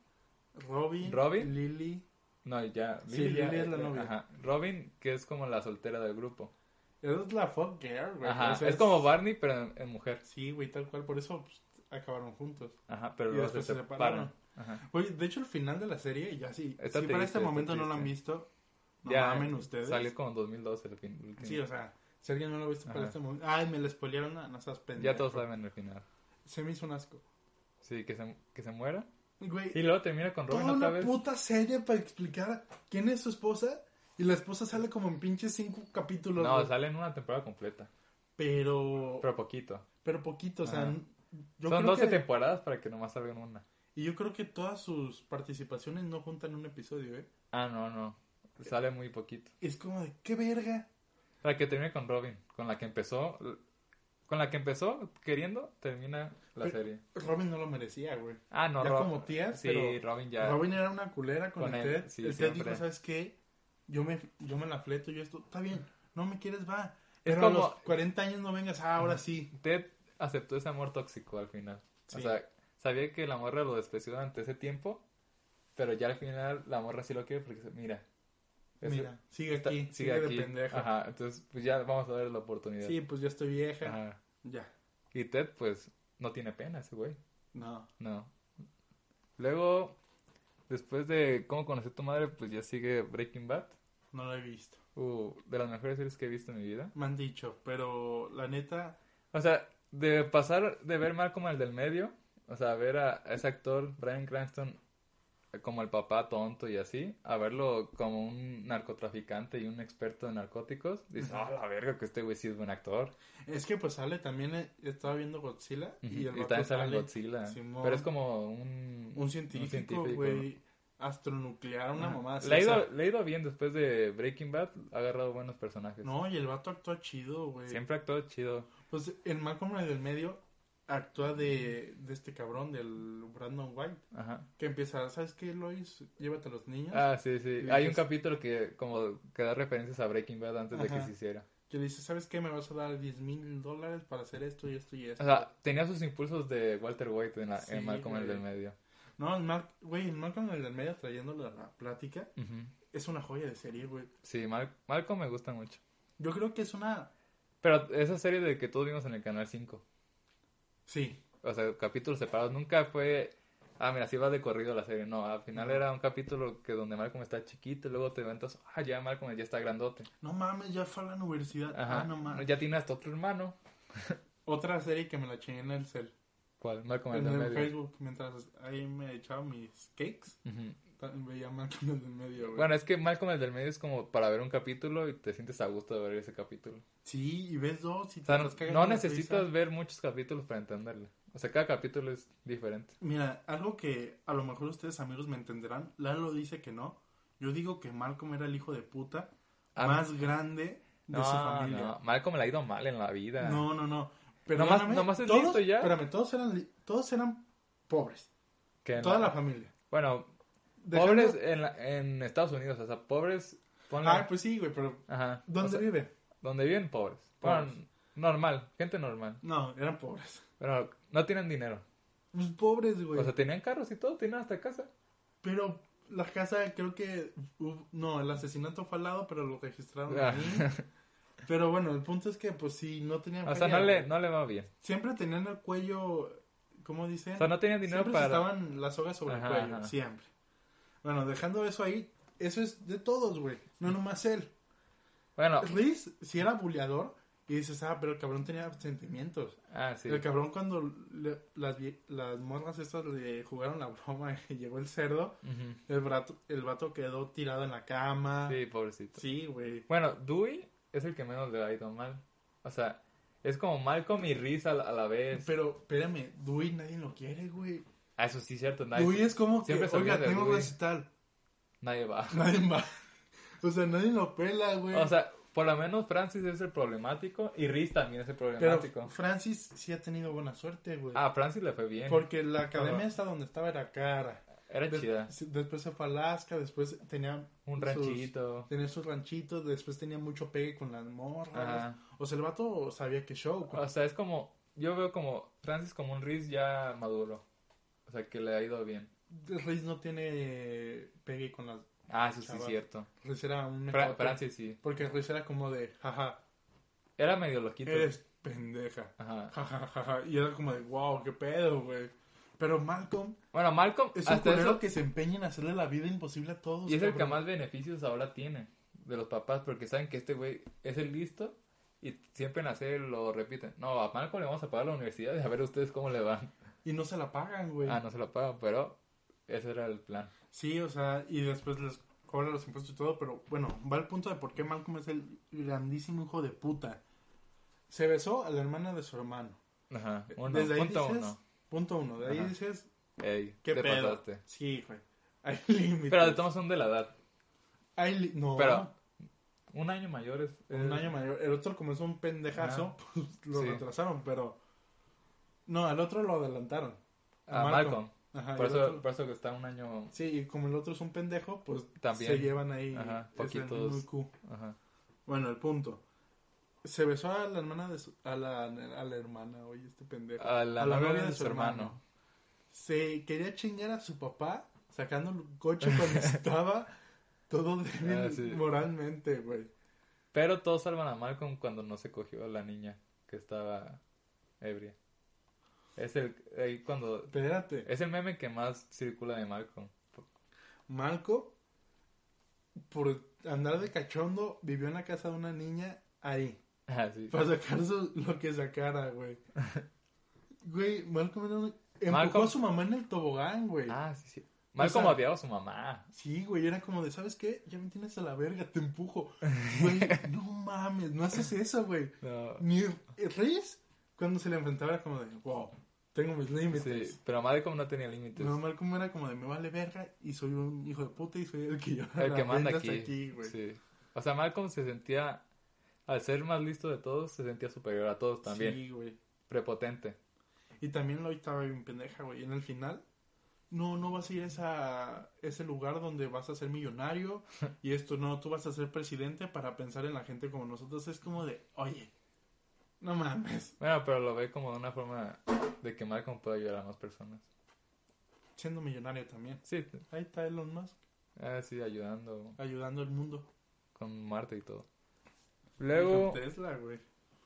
[SPEAKER 3] Robin,
[SPEAKER 4] Robin.
[SPEAKER 3] Lily,
[SPEAKER 4] No, ya. este,
[SPEAKER 3] Sí, Lily es la novia.
[SPEAKER 4] Ajá. Robin, que es como la soltera del grupo.
[SPEAKER 3] Esa es la fuck girl, güey.
[SPEAKER 4] Ajá.
[SPEAKER 3] O sea,
[SPEAKER 4] es como Barney, pero en, en mujer.
[SPEAKER 3] Sí, güey, tal cual. Por eso pues, acabaron juntos.
[SPEAKER 4] Ajá, pero
[SPEAKER 3] Y
[SPEAKER 4] luego se,
[SPEAKER 3] después se
[SPEAKER 4] separan.
[SPEAKER 3] separaron.
[SPEAKER 4] Ajá.
[SPEAKER 3] Oye, de hecho, el final de la serie, ya sí. Si
[SPEAKER 4] Está
[SPEAKER 3] para
[SPEAKER 4] triste,
[SPEAKER 3] este
[SPEAKER 4] está
[SPEAKER 3] momento no lo han
[SPEAKER 4] triste.
[SPEAKER 3] visto, no
[SPEAKER 4] Ya,
[SPEAKER 3] mamen ustedes.
[SPEAKER 4] Salió como en 2012 el fin. el último.
[SPEAKER 3] Sí, o sea, si alguien no lo ha visto para
[SPEAKER 4] Ajá.
[SPEAKER 3] este momento. Ay, me lo spoilearon, no, no seas pendejo.
[SPEAKER 4] Ya todos saben el final.
[SPEAKER 3] Se me hizo un asco.
[SPEAKER 4] Sí, que se, que se muera.
[SPEAKER 3] Güey,
[SPEAKER 4] Y luego termina con Robin
[SPEAKER 3] toda
[SPEAKER 4] otra
[SPEAKER 3] una
[SPEAKER 4] vez.
[SPEAKER 3] puta serie para explicar quién es su esposa. Y la esposa sale como en pinches cinco capítulos.
[SPEAKER 4] No,
[SPEAKER 3] güey.
[SPEAKER 4] sale en una temporada completa.
[SPEAKER 3] pero, pero.
[SPEAKER 4] Pero poquito.
[SPEAKER 3] poquito, o sea.
[SPEAKER 4] Ajá.
[SPEAKER 3] Yo
[SPEAKER 4] Son
[SPEAKER 3] creo
[SPEAKER 4] 12
[SPEAKER 3] que-
[SPEAKER 4] temporadas para que nomás salgan una.
[SPEAKER 3] Y yo creo que todas sus participaciones no juntan un episodio, ¿eh?
[SPEAKER 4] Ah, no, no. Sale muy poquito.
[SPEAKER 3] Es como de, ¿qué verga?
[SPEAKER 4] Para que termine con Robin, con la que empezó. Con la que empezó queriendo, termina la
[SPEAKER 3] Pero-
[SPEAKER 4] serie.
[SPEAKER 3] Robin no lo merecía, güey.
[SPEAKER 4] Ah, no,
[SPEAKER 3] ya
[SPEAKER 4] Rob-
[SPEAKER 3] como tías,
[SPEAKER 4] Sí,
[SPEAKER 3] pero
[SPEAKER 4] Robin ya.
[SPEAKER 3] Robin era una culera con,
[SPEAKER 4] Con
[SPEAKER 3] el
[SPEAKER 4] él,
[SPEAKER 3] Ted.
[SPEAKER 4] sí,
[SPEAKER 3] el Ted
[SPEAKER 4] siempre.
[SPEAKER 3] dijo, ¿sabes qué? Yo me, yo me la fleto, yo esto, está bien, no me quieres, va.
[SPEAKER 4] Es
[SPEAKER 3] Pero a
[SPEAKER 4] como-
[SPEAKER 3] los 40 años no vengas, ah, ahora sí.
[SPEAKER 4] Ted aceptó ese amor tóxico al final. O
[SPEAKER 3] Sí.
[SPEAKER 4] sea, sabía que la morra lo despreció durante ese tiempo, pero ya al final la morra sí lo quiere porque dice, mira. ese-
[SPEAKER 3] Mira, sigue
[SPEAKER 4] está-
[SPEAKER 3] aquí, sigue,
[SPEAKER 4] aquí".
[SPEAKER 3] de pendejo.
[SPEAKER 4] Ajá, entonces pues ya vamos a ver la oportunidad.
[SPEAKER 3] Sí, pues ya estoy vieja.
[SPEAKER 4] Ajá.
[SPEAKER 3] Ya,
[SPEAKER 4] Y Ted, pues, no tiene pena ese güey.
[SPEAKER 3] no.
[SPEAKER 4] No. Luego, después de cómo conocí a tu madre, pues ya sigue Breaking Bad.
[SPEAKER 3] No lo he visto.
[SPEAKER 4] Uh, de las mejores series que he visto en mi vida.
[SPEAKER 3] Me han dicho, pero la neta,
[SPEAKER 4] O sea, de pasar de ver Malcolm al del medio, o sea, ver a, a ese actor, Brian Cranston, como el papá tonto y así, a verlo como un narcotraficante y un experto en narcóticos, dices, ah, la verga, que este güey sí es buen actor.
[SPEAKER 3] es que pues sale también, eh, estaba viendo Godzilla y el
[SPEAKER 4] Y
[SPEAKER 3] vato
[SPEAKER 4] también sale en
[SPEAKER 3] sale
[SPEAKER 4] Godzilla.
[SPEAKER 3] Simón.
[SPEAKER 4] Pero es como un,
[SPEAKER 3] un científico,
[SPEAKER 4] científico,
[SPEAKER 3] güey, astronuclear, una
[SPEAKER 4] Ajá.
[SPEAKER 3] mamá. así,
[SPEAKER 4] Le ha,
[SPEAKER 3] o sea,
[SPEAKER 4] ido, le ha ido bien después de Breaking Bad, ha agarrado buenos personajes.
[SPEAKER 3] No, y el vato actúa chido, güey.
[SPEAKER 4] Siempre actuó chido.
[SPEAKER 3] Pues en Malcolm en el del medio actúa de, de este cabrón, del Brandon White,
[SPEAKER 4] Ajá.
[SPEAKER 3] que empieza, ¿sabes qué, Lois? Llévate a los niños.
[SPEAKER 4] Ah, sí,
[SPEAKER 3] Y
[SPEAKER 4] sí.
[SPEAKER 3] dices-
[SPEAKER 4] Hay un capítulo que como que da referencias a Breaking Bad antes de que
[SPEAKER 3] Ajá.
[SPEAKER 4] se hiciera.
[SPEAKER 3] Que le dice, ¿sabes qué? Me vas a dar 10 mil dólares para hacer esto y esto y esto.
[SPEAKER 4] O sea, tenía sus impulsos de Walter White en, la,
[SPEAKER 3] Sí,
[SPEAKER 4] en Malcolm el
[SPEAKER 3] güey.
[SPEAKER 4] del medio.
[SPEAKER 3] no, en Mal- güey, en Malcolm en el del medio trayéndolo a la plática, es una joya de serie, güey.
[SPEAKER 4] Sí, Mal- Malcolm me gusta mucho.
[SPEAKER 3] Yo creo que es una...
[SPEAKER 4] Pero esa serie de que todos vimos en el Canal 5,
[SPEAKER 3] Sí,
[SPEAKER 4] o sea, capítulos separados, nunca fue... Ah, mira, así va de corrido la serie. No, al final era un capítulo que donde Malcolm está chiquito y luego te inventas, ah, ya Malcolm ya está grandote.
[SPEAKER 3] no mames, ya fue a la universidad.
[SPEAKER 4] Ajá.
[SPEAKER 3] Ah, no mames.
[SPEAKER 4] Ya tiene hasta otro hermano.
[SPEAKER 3] Otra serie que me la chingué en el cel.
[SPEAKER 4] ¿Cuál? Malcolm el
[SPEAKER 3] En
[SPEAKER 4] del
[SPEAKER 3] el
[SPEAKER 4] medio.
[SPEAKER 3] Facebook, mientras ahí me echaba mis cakes.
[SPEAKER 4] Ujú.
[SPEAKER 3] También veía Malcolm en el medio, güey.
[SPEAKER 4] Bueno, es que Malcolm el del medio es como para ver un capítulo y te sientes a gusto de ver ese capítulo.
[SPEAKER 3] sí, y ves dos y
[SPEAKER 4] O sea,
[SPEAKER 3] te las cagas
[SPEAKER 4] no
[SPEAKER 3] de la risa.
[SPEAKER 4] necesitas ver muchos capítulos para entenderle. O sea, cada capítulo es diferente.
[SPEAKER 3] Mira, algo que a lo mejor ustedes amigos me entenderán, Lalo dice que no. Yo digo que Malcolm era el hijo de puta
[SPEAKER 4] Ah,
[SPEAKER 3] más grande de
[SPEAKER 4] No,
[SPEAKER 3] su
[SPEAKER 4] no,
[SPEAKER 3] familia.
[SPEAKER 4] Malcolm le ha ido mal en la vida.
[SPEAKER 3] No, no, no.
[SPEAKER 4] Nomás-
[SPEAKER 3] Perdóname,
[SPEAKER 4] nomás es
[SPEAKER 3] todos,
[SPEAKER 4] listo ya.
[SPEAKER 3] Espérame, todos eran, li- todos eran pobres.
[SPEAKER 4] Que en
[SPEAKER 3] Toda
[SPEAKER 4] la-
[SPEAKER 3] la familia.
[SPEAKER 4] Bueno,
[SPEAKER 3] Dejando-
[SPEAKER 4] pobres eh, en, la- en Estados Unidos, o sea, pobres... ponle-
[SPEAKER 3] Ah, pues sí, güey, pero
[SPEAKER 4] Ajá.
[SPEAKER 3] ¿dónde
[SPEAKER 4] O sea,
[SPEAKER 3] vive?
[SPEAKER 4] donde viven pobres.
[SPEAKER 3] Pobres.
[SPEAKER 4] Bueno, normal, gente normal.
[SPEAKER 3] No, eran pobres.
[SPEAKER 4] Pero no tienen dinero.
[SPEAKER 3] Pues pobres, güey.
[SPEAKER 4] O sea, tenían carros y todo, tenían hasta casa.
[SPEAKER 3] Pero la casa creo que... hub- no, el asesinato fue al lado, pero lo registraron
[SPEAKER 4] Ah.
[SPEAKER 3] ahí. Pero bueno, el punto es que pues sí, no tenían...
[SPEAKER 4] O sea,
[SPEAKER 3] feria,
[SPEAKER 4] no le,
[SPEAKER 3] güey.
[SPEAKER 4] no le va bien.
[SPEAKER 3] Siempre tenían el cuello... ¿Cómo dicen?
[SPEAKER 4] O sea, no tenían dinero
[SPEAKER 3] siempre
[SPEAKER 4] para...
[SPEAKER 3] se estaban las sogas sobre
[SPEAKER 4] Ajá,
[SPEAKER 3] el cuello,
[SPEAKER 4] ajá.
[SPEAKER 3] siempre. Bueno, dejando eso ahí, eso es de todos, güey. No nomás él.
[SPEAKER 4] Bueno,
[SPEAKER 3] Riz, si era buleador, y dices, ah, pero el cabrón tenía sentimientos.
[SPEAKER 4] ah, sí.
[SPEAKER 3] El cabrón cuando le- las, vie- las morras estas le jugaron la broma (laughs) y llegó el cerdo,
[SPEAKER 4] Ujú.
[SPEAKER 3] el, brato- el vato quedó tirado en la cama.
[SPEAKER 4] Sí, pobrecito.
[SPEAKER 3] Sí, güey.
[SPEAKER 4] Bueno, Dewey es el que menos le ha ido mal. O sea, es como Malcolm y Riz a la, a la vez.
[SPEAKER 3] Pero, espérame, Dewey nadie lo quiere, güey.
[SPEAKER 4] Ah, eso sí es cierto. Nadie,
[SPEAKER 3] Dewey es como que,
[SPEAKER 4] Siempre se
[SPEAKER 3] oiga,
[SPEAKER 4] olvida de
[SPEAKER 3] tengo
[SPEAKER 4] Dewey.
[SPEAKER 3] recital. (laughs)
[SPEAKER 4] nadie va.
[SPEAKER 3] Nadie va. O sea, nadie lo pela, güey.
[SPEAKER 4] O sea, por lo menos Francis es el problemático y Riz también es el
[SPEAKER 3] pero
[SPEAKER 4] problemático.
[SPEAKER 3] Francis sí ha tenido buena suerte, güey.
[SPEAKER 4] Ah, Francis le fue bien.
[SPEAKER 3] Porque la academia
[SPEAKER 4] Pero-
[SPEAKER 3] esta donde estaba era cara.
[SPEAKER 4] Era
[SPEAKER 3] Des-
[SPEAKER 4] chida.
[SPEAKER 3] sí, después se fue a Alaska, después tenía
[SPEAKER 4] Un
[SPEAKER 3] sus-
[SPEAKER 4] ranchito.
[SPEAKER 3] tenía sus ranchitos, después tenía mucho pegue con las morras.
[SPEAKER 4] Ajá.
[SPEAKER 3] O sea, el vato sabía que show.
[SPEAKER 4] O sea, es como. Yo veo como Francis como un Riz ya maduro. O sea, que le ha ido bien.
[SPEAKER 3] Riz no tiene pegue con las
[SPEAKER 4] Ah, eso sí es
[SPEAKER 3] Chaval.
[SPEAKER 4] cierto.
[SPEAKER 3] Riz era un
[SPEAKER 4] Fra-
[SPEAKER 3] mejote.
[SPEAKER 4] Francis sí.
[SPEAKER 3] Porque Riz era como de, jaja,
[SPEAKER 4] Era medio loquito.
[SPEAKER 3] eres pendeja. (laughs)
[SPEAKER 4] Ajá.
[SPEAKER 3] Jajaja. Y era como de, wow, qué pedo, güey. Pero Malcolm
[SPEAKER 4] Bueno, Malcolm,
[SPEAKER 3] es un
[SPEAKER 4] hasta
[SPEAKER 3] culero
[SPEAKER 4] eso.
[SPEAKER 3] que se empeña en hacerle la vida imposible a todos.
[SPEAKER 4] Y es el que
[SPEAKER 3] cabrón.
[SPEAKER 4] más beneficios ahora tiene de los papás, porque saben que este güey es el listo y siempre en hacer lo repiten. No, a Malcolm le vamos a pagar la universidad y a ver ustedes cómo le van.
[SPEAKER 3] Y no se la pagan, güey.
[SPEAKER 4] Ah, no se lo pagan, pero ese era el plan.
[SPEAKER 3] Sí, o sea, y después les cobra los impuestos y todo, pero bueno, va el punto de por qué Malcolm es el grandísimo hijo de puta. Se besó a la hermana de su hermano.
[SPEAKER 4] Ajá, uno,
[SPEAKER 3] Eh, Desde ahí
[SPEAKER 4] punto
[SPEAKER 3] dices,
[SPEAKER 4] uno.
[SPEAKER 3] Punto uno. De ahí
[SPEAKER 4] Ajá.
[SPEAKER 3] dices,
[SPEAKER 4] Ey,
[SPEAKER 3] ¿qué
[SPEAKER 4] te
[SPEAKER 3] pedo?
[SPEAKER 4] pasaste.
[SPEAKER 3] Sí, güey. (laughs) Hay límites.
[SPEAKER 4] Pero de todos son de la edad.
[SPEAKER 3] Hay li- No,
[SPEAKER 4] Pero un año mayor es.
[SPEAKER 3] un año mayor. El otro, como es un pendejazo, (laughs) pues lo
[SPEAKER 4] Eh, Sí.
[SPEAKER 3] retrasaron, pero. No, al otro lo adelantaron.
[SPEAKER 4] A Malcolm.
[SPEAKER 3] Ajá,
[SPEAKER 4] Por
[SPEAKER 3] Ah, y el
[SPEAKER 4] eso,
[SPEAKER 3] otro-
[SPEAKER 4] por eso que está un año.
[SPEAKER 3] Sí, y como el otro es un pendejo, pues
[SPEAKER 4] También.
[SPEAKER 3] se llevan ahí.
[SPEAKER 4] Ajá,
[SPEAKER 3] es el
[SPEAKER 4] poquitos.
[SPEAKER 3] mismo cu.
[SPEAKER 4] Ajá.
[SPEAKER 3] Bueno, el punto. Se besó a la hermana de su- a, la, a la hermana, oye, este pendejo.
[SPEAKER 4] A la novia de su hermano.
[SPEAKER 3] Se quería chingar a su papá sacando el coche
[SPEAKER 4] (laughs)
[SPEAKER 3] cuando estaba todo débil
[SPEAKER 4] Ah, sí.
[SPEAKER 3] moralmente, güey.
[SPEAKER 4] Pero todos salvan a Malcolm cuando no se cogió a la niña que estaba ebria. Es el, ahí cuando,
[SPEAKER 3] Espérate,
[SPEAKER 4] es el meme que más circula de Malcolm.
[SPEAKER 3] Malco, por andar de cachondo, vivió en la casa de una niña ahí.
[SPEAKER 4] Ah, sí.
[SPEAKER 3] Para sacar su- lo que sacara,
[SPEAKER 4] (laughs)
[SPEAKER 3] güey. Güey, Malcolm era un- empujó
[SPEAKER 4] Malcolm-
[SPEAKER 3] a su mamá en el tobogán, güey.
[SPEAKER 4] Ah, sí, sí. Malcolm
[SPEAKER 3] O sea-
[SPEAKER 4] odiaba a su mamá.
[SPEAKER 3] Sí, güey, era como de, ¿sabes qué? Ya me tienes a la verga, te empujo.
[SPEAKER 4] (laughs)
[SPEAKER 3] Güey, no mames, no haces eso, güey.
[SPEAKER 4] No,
[SPEAKER 3] Ni Reyes, cuando se le enfrentaba, era como de, wow, tengo mis límites.
[SPEAKER 4] sí, pero Malcolm no tenía límites.
[SPEAKER 3] No, Malcolm era como de, me vale verga y soy un hijo de puta y soy el que lleva
[SPEAKER 4] el
[SPEAKER 3] la
[SPEAKER 4] que manda
[SPEAKER 3] rienda hasta
[SPEAKER 4] aquí.
[SPEAKER 3] güey.
[SPEAKER 4] sí. O sea, Malcolm se sentía, al ser más listo de todos, se sentía superior a todos también.
[SPEAKER 3] Sí, güey.
[SPEAKER 4] Prepotente.
[SPEAKER 3] Y también lo estaba bien pendeja, güey. En el final, no, no vas a ir a esa- ese lugar donde vas a ser
[SPEAKER 4] (laughs)
[SPEAKER 3] millonario y esto no, tú vas a ser presidente para pensar en la gente como nosotros. Es como de, oye, no mames,
[SPEAKER 4] Bueno, pero lo ve como de una forma de que Malcolm puede ayudar a más personas.
[SPEAKER 3] siendo millonario también.
[SPEAKER 4] Sí,
[SPEAKER 3] Ahí está Elon Musk
[SPEAKER 4] ah, sí, ayudando
[SPEAKER 3] ayudando al mundo.
[SPEAKER 4] con Marte y todo.
[SPEAKER 3] Dijo
[SPEAKER 4] Luego,
[SPEAKER 3] Tesla, güey.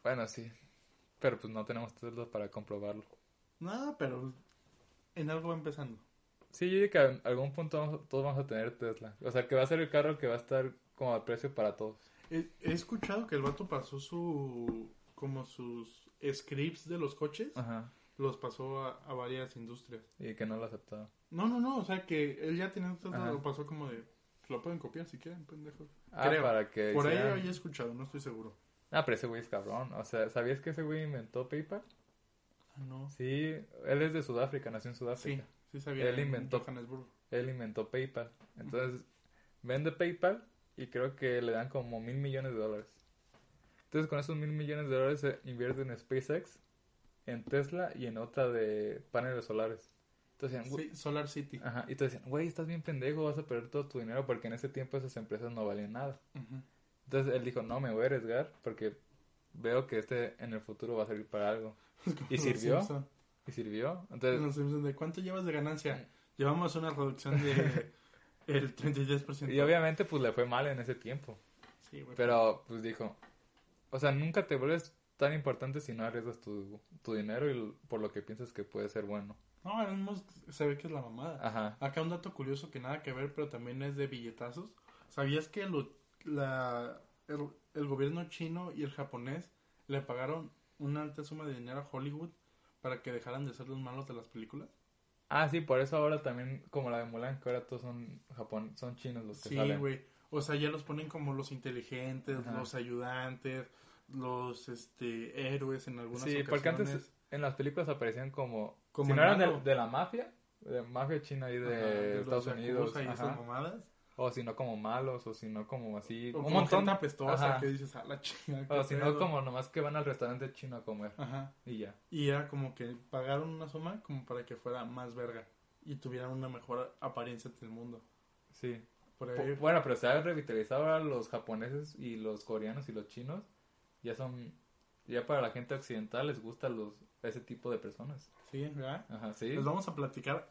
[SPEAKER 4] bueno, sí. Pero pues no tenemos Tesla para comprobarlo.
[SPEAKER 3] Nada, pero en algo va empezando.
[SPEAKER 4] Sí, yo digo que en algún punto vamos- todos vamos a tener Tesla. O sea, que va a ser el carro que va a estar como al precio para todos.
[SPEAKER 3] He, he escuchado que el vato pasó su. como sus scripts de los coches,
[SPEAKER 4] Ajá.
[SPEAKER 3] los pasó a- a varias industrias.
[SPEAKER 4] Y que no lo aceptaba.
[SPEAKER 3] No, no, no, o sea que él ya tenía un tratado,
[SPEAKER 4] Ajá.
[SPEAKER 3] lo pasó como de. "Pues Lo pueden copiar si quieren, pendejos.
[SPEAKER 4] Ah,
[SPEAKER 3] Creo.
[SPEAKER 4] para que
[SPEAKER 3] Por ahí
[SPEAKER 4] hicieran-
[SPEAKER 3] había escuchado, no estoy seguro.
[SPEAKER 4] Ah, pero ese güey es cabrón. O sea, ¿sabías que ese güey inventó PayPal?
[SPEAKER 3] Ah, no.
[SPEAKER 4] Sí, él es de Sudáfrica, nació en
[SPEAKER 3] Sí,
[SPEAKER 4] Sudáfrica.
[SPEAKER 3] sí sabía.
[SPEAKER 4] Él
[SPEAKER 3] en
[SPEAKER 4] inventó.
[SPEAKER 3] Johannesburgo.
[SPEAKER 4] Él inventó PayPal. Entonces, vende PayPal y creo que le dan como mil millones de dólares. Entonces, con esos mil millones de dólares se invierte en SpaceX, en Tesla y en otra de paneles solares. Entonces, decían, "Güey-"
[SPEAKER 3] Sí, Solar City.
[SPEAKER 4] Ajá, y te decían, güey, estás bien pendejo, vas a perder todo tu dinero porque en ese tiempo esas empresas no valían nada.
[SPEAKER 3] Ujú.
[SPEAKER 4] Entonces él dijo, no, me voy a arriesgar porque veo que este en el futuro va a servir para algo.
[SPEAKER 3] Es como
[SPEAKER 4] ¿Y
[SPEAKER 3] los
[SPEAKER 4] sirvió?
[SPEAKER 3] Simpson.
[SPEAKER 4] Y sirvió.
[SPEAKER 3] Los
[SPEAKER 4] Entonces,
[SPEAKER 3] Simpson de, ¿Cuánto llevas de ganancia? Llevamos una reducción
[SPEAKER 4] (laughs)
[SPEAKER 3] de. el 33%.
[SPEAKER 4] y obviamente pues le fue mal en ese tiempo.
[SPEAKER 3] Sí, güey.
[SPEAKER 4] Pero pues dijo, o sea, nunca te vuelves tan importante si no arriesgas tu, tu dinero y l- por lo que piensas que puede ser bueno.
[SPEAKER 3] No, Elon Musk se ve que es la mamada.
[SPEAKER 4] Ajá.
[SPEAKER 3] Acá un dato curioso que nada que ver, pero también es de billetazos. ¿Sabías que lo- la- el, el gobierno chino y el japonés le pagaron una alta suma de dinero a Hollywood para que dejaran de ser los malos de las películas?
[SPEAKER 4] Ah, sí, por eso ahora también, como la de Mulan, que ahora todos son Japón, son chinos los que
[SPEAKER 3] Sí,
[SPEAKER 4] salen.
[SPEAKER 3] güey. O sea, ya los ponen como los inteligentes,
[SPEAKER 4] Ajá.
[SPEAKER 3] los ayudantes, los este héroes en algunas
[SPEAKER 4] Sí,
[SPEAKER 3] ocasiones.
[SPEAKER 4] porque antes en las películas aparecían como...
[SPEAKER 3] Como
[SPEAKER 4] si no eran
[SPEAKER 3] malo.
[SPEAKER 4] de, de la mafia, de mafia china y de,
[SPEAKER 3] Ajá, los
[SPEAKER 4] Estados
[SPEAKER 3] yakuza
[SPEAKER 4] Unidos.
[SPEAKER 3] y esas
[SPEAKER 4] ajá.
[SPEAKER 3] mamadas.
[SPEAKER 4] O si no como malos, o si no como así...
[SPEAKER 3] O
[SPEAKER 4] un
[SPEAKER 3] como
[SPEAKER 4] montón
[SPEAKER 3] gente apestosa
[SPEAKER 4] ajá.
[SPEAKER 3] que dices, a la chingada.
[SPEAKER 4] O
[SPEAKER 3] qué
[SPEAKER 4] si no
[SPEAKER 3] pedo".
[SPEAKER 4] como nomás que van al restaurante chino a comer.
[SPEAKER 3] Ajá.
[SPEAKER 4] Y ya.
[SPEAKER 3] Y era como que pagaron una suma como para que fuera más verga y tuvieran una mejor apariencia ante el mundo.
[SPEAKER 4] Sí.
[SPEAKER 3] Por ahí,
[SPEAKER 4] Po- Bueno, pero se ha revitalizado ahora los japoneses y los coreanos y los chinos. Ya son... Ya para la gente occidental les gusta los ese tipo de personas.
[SPEAKER 3] sí, ¿verdad?
[SPEAKER 4] Ajá, sí.
[SPEAKER 3] (laughs) Les vamos a platicar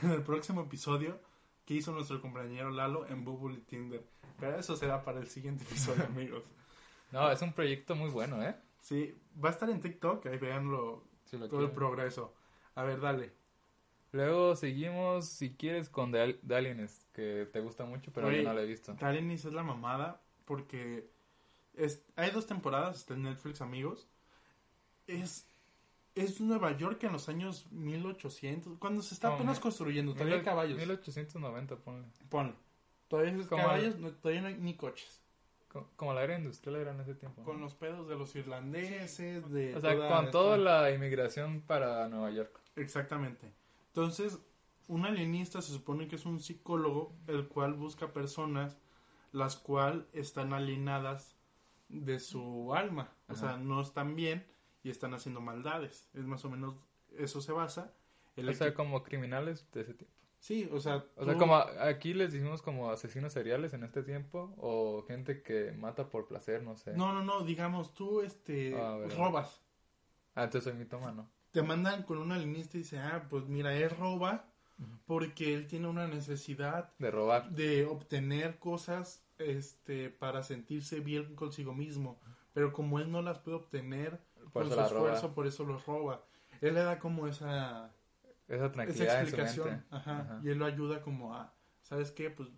[SPEAKER 3] en el próximo episodio que hizo nuestro compañero Lalo en Bubble y Tinder. Pero eso será para el siguiente episodio, (laughs) amigos.
[SPEAKER 4] No, es un proyecto muy bueno, ¿eh?
[SPEAKER 3] Sí, va a estar en TikTok, ahí veanlo
[SPEAKER 4] Si lo
[SPEAKER 3] todo el
[SPEAKER 4] quieren.
[SPEAKER 3] progreso. A ver, dale.
[SPEAKER 4] Luego seguimos, si quieres, con The Al- The Alienist, que te gusta mucho, pero
[SPEAKER 3] Oye,
[SPEAKER 4] yo no la he visto.
[SPEAKER 3] Talinis es la mamada porque es, hay dos temporadas, está en Netflix, amigos. Es, es Nueva York en los años 1800, cuando se está
[SPEAKER 4] No,
[SPEAKER 3] apenas
[SPEAKER 4] mil-
[SPEAKER 3] construyendo, todavía hay
[SPEAKER 4] Mil-
[SPEAKER 3] caballos.
[SPEAKER 4] 1890, ponle.
[SPEAKER 3] Ponle. Todavía hay
[SPEAKER 4] Como-
[SPEAKER 3] caballos, no- todavía no hay ni coches.
[SPEAKER 4] Co- Como la era industrial era en ese tiempo. ¿no?
[SPEAKER 3] Con los pedos de los irlandeses, de...
[SPEAKER 4] O sea,
[SPEAKER 3] toda
[SPEAKER 4] con
[SPEAKER 3] esta-
[SPEAKER 4] toda la inmigración para Nueva York.
[SPEAKER 3] Exactamente. Entonces, un alienista se supone que es un psicólogo el cual busca personas las cual están alienadas de su alma. O
[SPEAKER 4] Ajá.
[SPEAKER 3] sea, no están bien y están haciendo maldades. Es más o menos eso se basa. El
[SPEAKER 4] O sea,
[SPEAKER 3] equi-
[SPEAKER 4] como criminales de ese tiempo.
[SPEAKER 3] sí, o sea,
[SPEAKER 4] O sea,
[SPEAKER 3] tú-
[SPEAKER 4] como a- aquí les decimos como asesinos seriales en este tiempo, o gente que mata por placer, no sé.
[SPEAKER 3] No, no, no, digamos, tú este,
[SPEAKER 4] Ah, verdad.
[SPEAKER 3] robas.
[SPEAKER 4] Ah, entonces soy mitómano.
[SPEAKER 3] Te mandan con un alienista y dicen, ah, pues mira, él roba porque él tiene una necesidad
[SPEAKER 4] De robar.
[SPEAKER 3] de obtener cosas este para sentirse bien consigo mismo pero como él no las puede obtener
[SPEAKER 4] Por
[SPEAKER 3] con
[SPEAKER 4] eso
[SPEAKER 3] su
[SPEAKER 4] la roba.
[SPEAKER 3] esfuerzo por eso los roba él le da como esa,
[SPEAKER 4] Esa
[SPEAKER 3] esa
[SPEAKER 4] tranquilidad en su
[SPEAKER 3] explicación
[SPEAKER 4] mente.
[SPEAKER 3] ajá,
[SPEAKER 4] Ajá.
[SPEAKER 3] y él lo ayuda como a sabes qué pues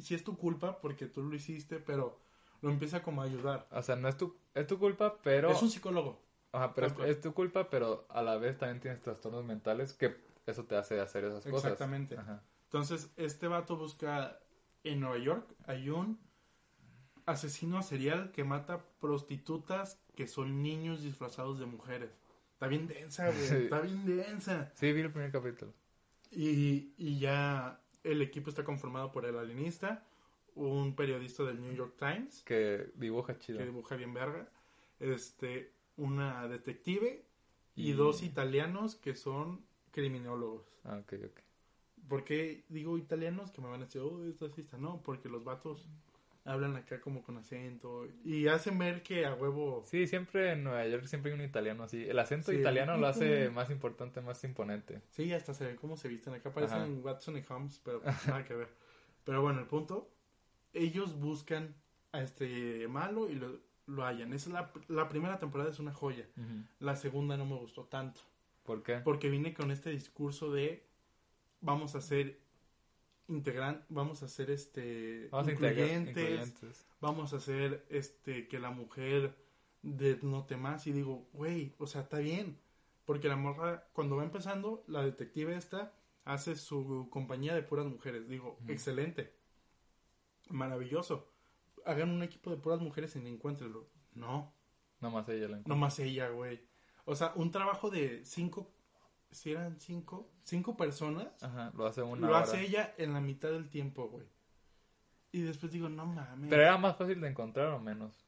[SPEAKER 3] si es tu culpa porque tú lo hiciste pero lo empieza como a ayudar
[SPEAKER 4] O sea, no es tu, es tu culpa, pero...
[SPEAKER 3] es un psicólogo
[SPEAKER 4] Ajá, pero es,
[SPEAKER 3] Tal cual.
[SPEAKER 4] es tu culpa, pero a la vez también tienes trastornos mentales que eso te hace hacer esas cosas.
[SPEAKER 3] Exactamente.
[SPEAKER 4] Ajá.
[SPEAKER 3] entonces este vato busca en Nueva York hay un asesino serial que mata prostitutas que son niños disfrazados de mujeres. Está bien densa, güey.
[SPEAKER 4] Sí.
[SPEAKER 3] Está bien densa.
[SPEAKER 4] Sí, vi el primer capítulo.
[SPEAKER 3] Y, y ya el equipo está conformado por el alienista, un periodista del New York Times,
[SPEAKER 4] Que dibuja chido.
[SPEAKER 3] que dibuja bien verga, este, una detective y
[SPEAKER 4] Y-
[SPEAKER 3] dos italianos que son criminólogos.
[SPEAKER 4] Ah, ok, ok.
[SPEAKER 3] ¿Por qué digo italianos que me van a decir, oh, es racista? No, porque los vatos hablan acá como con acento y hacen ver que a huevo.
[SPEAKER 4] Sí, siempre en Nueva York siempre hay un italiano así. El acento
[SPEAKER 3] Sí.
[SPEAKER 4] italiano lo hace más importante, más imponente.
[SPEAKER 3] Sí, hasta se ven cómo se visten. Acá parecen
[SPEAKER 4] Ajá.
[SPEAKER 3] Watson y Holmes, pero pues, nada que ver. Pero bueno, el punto, ellos buscan a este malo y lo, lo hallan. Esa es la, la primera temporada es una joya. La segunda no me gustó tanto.
[SPEAKER 4] ¿Por qué?
[SPEAKER 3] Porque vine con este discurso de vamos a ser integran, vamos a ser este
[SPEAKER 4] Vamos a integrar incluyentes.
[SPEAKER 3] vamos a hacer este que la mujer desnote más y digo, güey, o sea, está bien, porque la morra cuando va empezando, la detective esta hace su compañía de puras mujeres, digo, excelente. Maravilloso. Hagan un equipo de puras mujeres y encuéntrenlo. No,
[SPEAKER 4] Nomás ella la encuentra.
[SPEAKER 3] nomás ella, güey. O sea, un trabajo de cinco si eran cinco, cinco personas
[SPEAKER 4] Ajá, lo hace una
[SPEAKER 3] lo
[SPEAKER 4] hora.
[SPEAKER 3] hace ella en la mitad del tiempo, güey. Y después digo, no mames.
[SPEAKER 4] Pero era más fácil de encontrar o menos.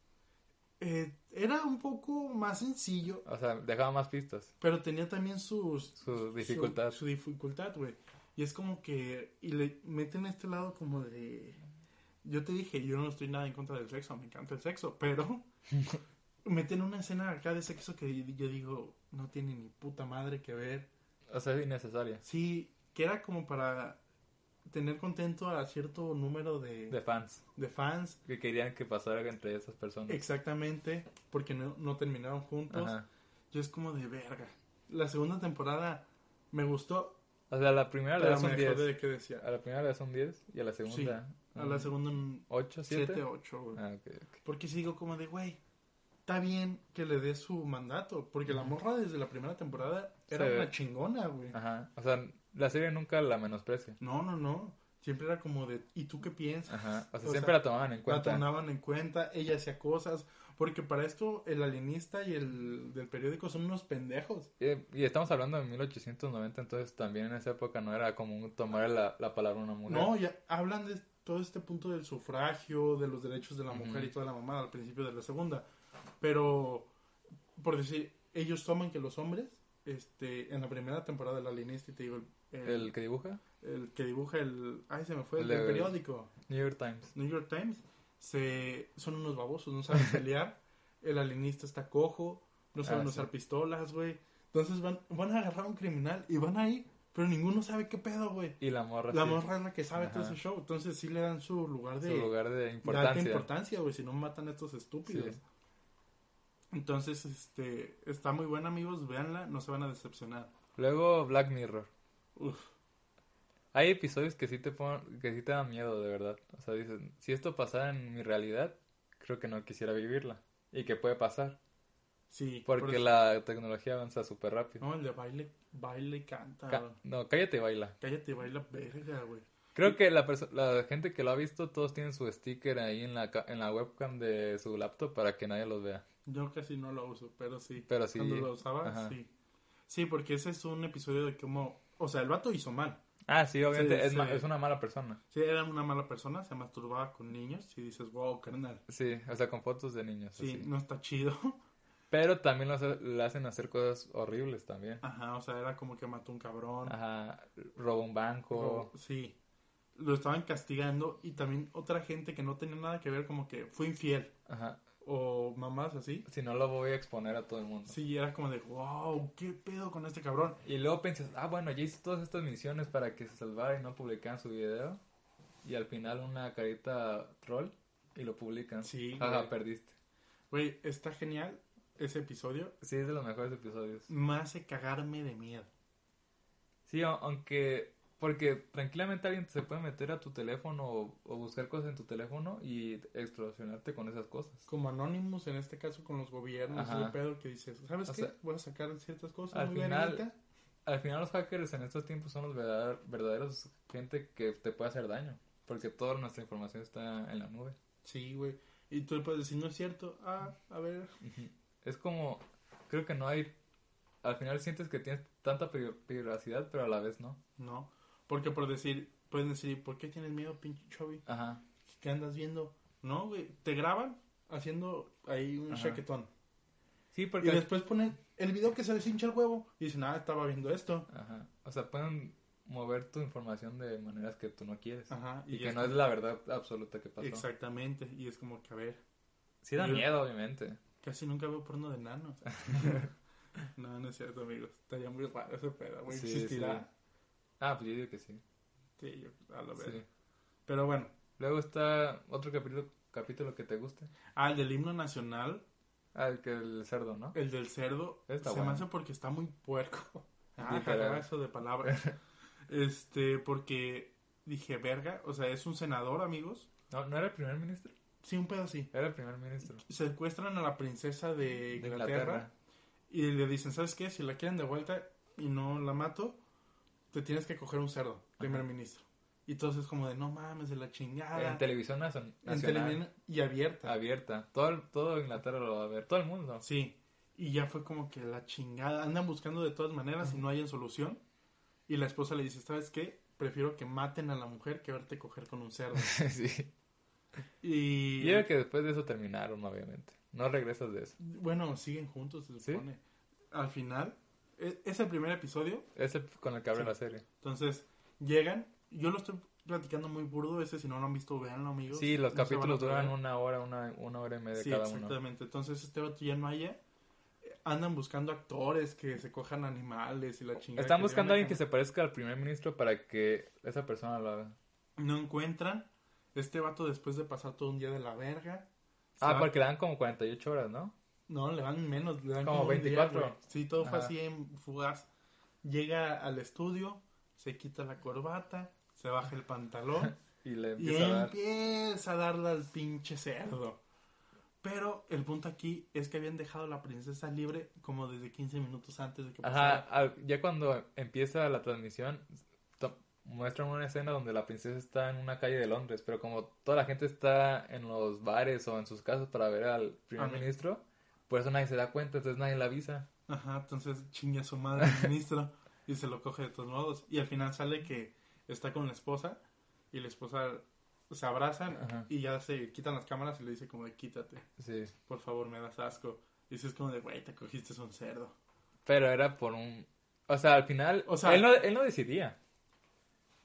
[SPEAKER 3] Eh, era un poco más sencillo,
[SPEAKER 4] O sea, dejaba más pistas.
[SPEAKER 3] pero tenía también sus...
[SPEAKER 4] Su dificultad.
[SPEAKER 3] Su, dificultad, güey. Y es como que... Y le meten este lado como de... Yo te dije, yo no estoy nada en contra del sexo, me encanta el sexo,
[SPEAKER 4] (laughs)
[SPEAKER 3] pero... meten una escena acá de sexo que yo digo, no tiene ni puta madre que ver.
[SPEAKER 4] O sea, es innecesaria.
[SPEAKER 3] Sí, que era como para tener contento a cierto número de,
[SPEAKER 4] De fans.
[SPEAKER 3] de fans.
[SPEAKER 4] Que querían que pasara entre esas personas.
[SPEAKER 3] Exactamente, porque no, no terminaron juntos.
[SPEAKER 4] Ajá.
[SPEAKER 3] Yo es como de verga. La segunda temporada me gustó,
[SPEAKER 4] O sea, a la primera le
[SPEAKER 3] pero
[SPEAKER 4] das
[SPEAKER 3] me
[SPEAKER 4] un
[SPEAKER 3] dejó
[SPEAKER 4] 10.
[SPEAKER 3] de que decía.
[SPEAKER 4] A la primera le das un 10 y a la
[SPEAKER 3] Sí,
[SPEAKER 4] segunda.
[SPEAKER 3] a la segunda un
[SPEAKER 4] 8, 7.
[SPEAKER 3] 7, 8, güey.
[SPEAKER 4] Ah, ok, ok.
[SPEAKER 3] Porque sigo como de, güey, está bien que le dé su mandato. Porque la morra desde la primera temporada era
[SPEAKER 4] Se ve.
[SPEAKER 3] una chingona, güey.
[SPEAKER 4] Ajá. O sea, la serie nunca la menosprecia.
[SPEAKER 3] No, no, no. Siempre era como de, ¿y tú qué piensas?
[SPEAKER 4] Ajá. O sea,
[SPEAKER 3] O
[SPEAKER 4] siempre
[SPEAKER 3] sea,
[SPEAKER 4] la tomaban en
[SPEAKER 3] La
[SPEAKER 4] Ah, cuenta.
[SPEAKER 3] tomaban en cuenta, ella hacía cosas. Porque para esto el alienista y el del periódico son unos pendejos.
[SPEAKER 4] Eh, Y estamos hablando de 1890, entonces también en esa época no era común tomar la, la palabra una mujer.
[SPEAKER 3] No, ya hablan de todo este punto del sufragio, de los derechos de la mujer
[SPEAKER 4] Ujú.
[SPEAKER 3] y toda la mamada al principio de la segunda. Pero, por decir, ellos toman que los hombres, este, en la primera temporada de la alienista, y te digo, el,
[SPEAKER 4] El
[SPEAKER 3] el,
[SPEAKER 4] que dibuja,
[SPEAKER 3] el que dibuja el. Ay, se me fue, el,
[SPEAKER 4] El
[SPEAKER 3] del
[SPEAKER 4] de-
[SPEAKER 3] periódico,
[SPEAKER 4] New York Times.
[SPEAKER 3] New York Times, se, son unos babosos, no
[SPEAKER 4] (laughs)
[SPEAKER 3] saben pelear. el alienista está cojo, no saben
[SPEAKER 4] Ah, sí.
[SPEAKER 3] usar pistolas, güey. Entonces van, van a agarrar a un criminal y van a ir Pero ninguno sabe qué pedo, güey.
[SPEAKER 4] Y la morra.
[SPEAKER 3] La
[SPEAKER 4] sí,
[SPEAKER 3] morra es la que sabe todo
[SPEAKER 4] Ajá.
[SPEAKER 3] ese show. Entonces sí le dan su lugar de,
[SPEAKER 4] Su lugar de
[SPEAKER 3] de alta
[SPEAKER 4] importancia.
[SPEAKER 3] importancia, güey. Si no matan a estos estúpidos.
[SPEAKER 4] Sí.
[SPEAKER 3] Entonces, este, está muy buena, amigos. Véanla, no se van a decepcionar.
[SPEAKER 4] Luego Black Mirror.
[SPEAKER 3] Uf.
[SPEAKER 4] Hay episodios que sí te pon- que sí te dan miedo, de verdad. O sea, dices, si esto pasara en mi realidad, creo que no quisiera vivirla. Y que puede pasar.
[SPEAKER 3] Sí. por
[SPEAKER 4] Porque
[SPEAKER 3] eso-
[SPEAKER 4] la tecnología avanza súper rápido.
[SPEAKER 3] No, el de baile, baile y canta.
[SPEAKER 4] Ca-
[SPEAKER 3] güey.
[SPEAKER 4] no, cállate y baila.
[SPEAKER 3] Cállate, baila verga, güey.
[SPEAKER 4] Creo que la, perso- la gente que lo ha visto, todos tienen su sticker ahí en la, ca- en la webcam de su laptop para que nadie los vea.
[SPEAKER 3] Yo casi no lo uso, pero sí.
[SPEAKER 4] Pero sí,
[SPEAKER 3] Cuando lo usaba,
[SPEAKER 4] ajá.
[SPEAKER 3] sí. Sí, porque ese es un episodio de cómo... O sea, el vato hizo mal.
[SPEAKER 4] Ah, sí, obviamente,
[SPEAKER 3] Sí,
[SPEAKER 4] es,
[SPEAKER 3] sí.
[SPEAKER 4] ma- es una mala persona.
[SPEAKER 3] Sí, era una mala persona, se masturbaba con niños y dices, wow, carnal.
[SPEAKER 4] Sí, o sea, con fotos de niños.
[SPEAKER 3] Sí,
[SPEAKER 4] así.
[SPEAKER 3] no está chido.
[SPEAKER 4] Pero también lo hace- le hacen hacer cosas horribles también.
[SPEAKER 3] Ajá, o sea, era como que mató un cabrón.
[SPEAKER 4] Ajá, robó un banco.
[SPEAKER 3] O- Sí. Lo estaban castigando y también otra gente que no tenía nada que ver, como que fue infiel
[SPEAKER 4] Ajá,
[SPEAKER 3] o mamás así.
[SPEAKER 4] si no lo voy a exponer a todo el mundo.
[SPEAKER 3] Sí, era como de, wow, ¿qué pedo con este cabrón?
[SPEAKER 4] Y luego piensas, ah, bueno, ya hice todas estas misiones para que se salvara y no publicaran su video. Y al final una carita troll y lo publican.
[SPEAKER 3] Sí,
[SPEAKER 4] Ajá,
[SPEAKER 3] güey.
[SPEAKER 4] perdiste.
[SPEAKER 3] Güey, está genial ese episodio.
[SPEAKER 4] Sí, es de los mejores episodios.
[SPEAKER 3] Me hace cagarme de miedo.
[SPEAKER 4] Sí, a- aunque... Porque tranquilamente alguien se puede meter a tu teléfono o, o buscar cosas en tu teléfono y extorsionarte con esas cosas.
[SPEAKER 3] Como Anonymous, en este caso con los gobiernos,
[SPEAKER 4] Ajá.
[SPEAKER 3] ese pedo que dices, ¿sabes
[SPEAKER 4] O
[SPEAKER 3] qué?
[SPEAKER 4] sea,
[SPEAKER 3] Voy a sacar ciertas cosas.
[SPEAKER 4] al
[SPEAKER 3] muy
[SPEAKER 4] final-
[SPEAKER 3] verguita".
[SPEAKER 4] Al final los hackers en estos tiempos son los verdad- verdaderos gente que te puede hacer daño. Porque toda nuestra información está en la nube.
[SPEAKER 3] Sí, güey. Y tú le puedes decir, no es cierto. Ah, a ver.
[SPEAKER 4] Es como, creo que no hay, al final sientes que tienes tanta pri- privacidad, pero a la vez no.
[SPEAKER 3] No. Porque por decir, pueden decir, ¿por qué tienes miedo, pinche Chovy?
[SPEAKER 4] Ajá.
[SPEAKER 3] ¿Qué andas viendo? No, güey. Te graban haciendo ahí un
[SPEAKER 4] Ajá.
[SPEAKER 3] chaquetón.
[SPEAKER 4] Sí,
[SPEAKER 3] Y
[SPEAKER 4] porque...
[SPEAKER 3] después ponen el video que se les hincha el huevo. Y dicen, ah, estaba viendo esto.
[SPEAKER 4] Ajá. O sea, pueden mover tu información de maneras que tú no quieres.
[SPEAKER 3] Ajá.
[SPEAKER 4] Y,
[SPEAKER 3] Y,
[SPEAKER 4] que
[SPEAKER 3] es
[SPEAKER 4] no es la verdad absoluta que pasó.
[SPEAKER 3] Exactamente. Y es como que, a ver,
[SPEAKER 4] Sí da
[SPEAKER 3] Yo-
[SPEAKER 4] miedo, obviamente.
[SPEAKER 3] casi nunca veo porno de nanos.
[SPEAKER 4] (laughs)
[SPEAKER 3] no, no es cierto, amigos. Estaría muy raro ese pedo, güey.
[SPEAKER 4] Sí,
[SPEAKER 3] ¿Existirá?
[SPEAKER 4] Ah, pues yo digo que sí.
[SPEAKER 3] Sí, yo, a la verga.
[SPEAKER 4] sí.
[SPEAKER 3] Pero bueno.
[SPEAKER 4] Luego está otro capítulo, capítulo que te guste.
[SPEAKER 3] Ah, el del himno nacional,
[SPEAKER 4] Ah, el que el cerdo, ¿no?
[SPEAKER 3] el del cerdo,
[SPEAKER 4] Está
[SPEAKER 3] se
[SPEAKER 4] bueno.
[SPEAKER 3] me hace porque está muy puerco. (laughs) Ah,
[SPEAKER 4] Literal.
[SPEAKER 3] jajaja, eso de
[SPEAKER 4] (laughs)
[SPEAKER 3] palabras. Este, porque dije, verga, o sea, es un senador, amigos.
[SPEAKER 4] No, ¿no era el primer ministro?
[SPEAKER 3] Sí, un pedo así.
[SPEAKER 4] Era el primer ministro.
[SPEAKER 3] Secuestran a la princesa de
[SPEAKER 4] De
[SPEAKER 3] Inglaterra, y le dicen, ¿sabes qué? Si la quieren de vuelta y no la mato, te tienes que coger un cerdo, primer ministro. Y entonces como de, no mames, de la chingada.
[SPEAKER 4] En televisión nazo-
[SPEAKER 3] Ah. En
[SPEAKER 4] nacional.
[SPEAKER 3] televisión y abierta.
[SPEAKER 4] abierta. Todo, el- todo Inglaterra lo va a ver, todo el
[SPEAKER 3] (laughs)
[SPEAKER 4] mundo.
[SPEAKER 3] Sí, y ya fue como que la chingada. Andan buscando de todas maneras y no hayan solución. Y la esposa le dice, ¿sabes qué? Prefiero que maten a la mujer que verte coger con un
[SPEAKER 4] (laughs)
[SPEAKER 3] cerdo.
[SPEAKER 4] sí.
[SPEAKER 3] Y
[SPEAKER 4] Y era que después de eso terminaron, obviamente. No regresas de eso.
[SPEAKER 3] bueno, siguen juntos, se
[SPEAKER 4] ¿Sí?
[SPEAKER 3] supone. Al final, e- es el primer episodio.
[SPEAKER 4] Ese con el que abre la serie.
[SPEAKER 3] Entonces, llegan. Yo lo estoy platicando muy burdo. Ese, si no lo han visto, véanlo, amigos.
[SPEAKER 4] Sí, los
[SPEAKER 3] No se van a
[SPEAKER 4] capítulos duran
[SPEAKER 3] perder.
[SPEAKER 4] una hora, una, una hora y media
[SPEAKER 3] Sí,
[SPEAKER 4] cada uno.
[SPEAKER 3] exactamente. Entonces, este vato ya no haya. Andan buscando actores que se cojan animales y la chingada.
[SPEAKER 4] Están
[SPEAKER 3] que
[SPEAKER 4] buscando a
[SPEAKER 3] llevan
[SPEAKER 4] alguien que se parezca al primer ministro para que esa persona lo haga.
[SPEAKER 3] no encuentran. Este vato después de pasar todo un día de la verga. se
[SPEAKER 4] Ah,
[SPEAKER 3] va-
[SPEAKER 4] porque le dan como 48 horas, ¿no?
[SPEAKER 3] No, le dan menos, le dan
[SPEAKER 4] Como
[SPEAKER 3] como, un día,
[SPEAKER 4] 24.
[SPEAKER 3] güey. sí, todo fue
[SPEAKER 4] Ajá.
[SPEAKER 3] así en fugaz. Llega al estudio, se quita la corbata, se baja el
[SPEAKER 4] (laughs)
[SPEAKER 3] pantalón
[SPEAKER 4] Y le
[SPEAKER 3] y
[SPEAKER 4] empieza a dar.
[SPEAKER 3] empieza a darle al pinche cerdo. Pero el punto aquí es que habían dejado a la princesa libre como desde 15 minutos antes de que
[SPEAKER 4] Ajá,
[SPEAKER 3] pasara.
[SPEAKER 4] al- ya cuando empieza la transmisión, to- muestran una escena donde la princesa está en una calle de Londres, pero como toda la gente está en los bares o en sus casas para ver al primer
[SPEAKER 3] Ajá.
[SPEAKER 4] ministro, por eso nadie se da cuenta, entonces nadie la avisa.
[SPEAKER 3] Ajá, entonces chingue a su madre el ministro y se lo coge de todos modos. Y al final sale que está con la esposa y la esposa se abrazan
[SPEAKER 4] Ajá.
[SPEAKER 3] y ya se quitan las cámaras y le dice como de quítate,
[SPEAKER 4] Sí,
[SPEAKER 3] por favor me das asco. Y dices como de güey, te cogiste un cerdo.
[SPEAKER 4] pero era por un... O sea, al final,
[SPEAKER 3] O sea-
[SPEAKER 4] él, no, él no decidía.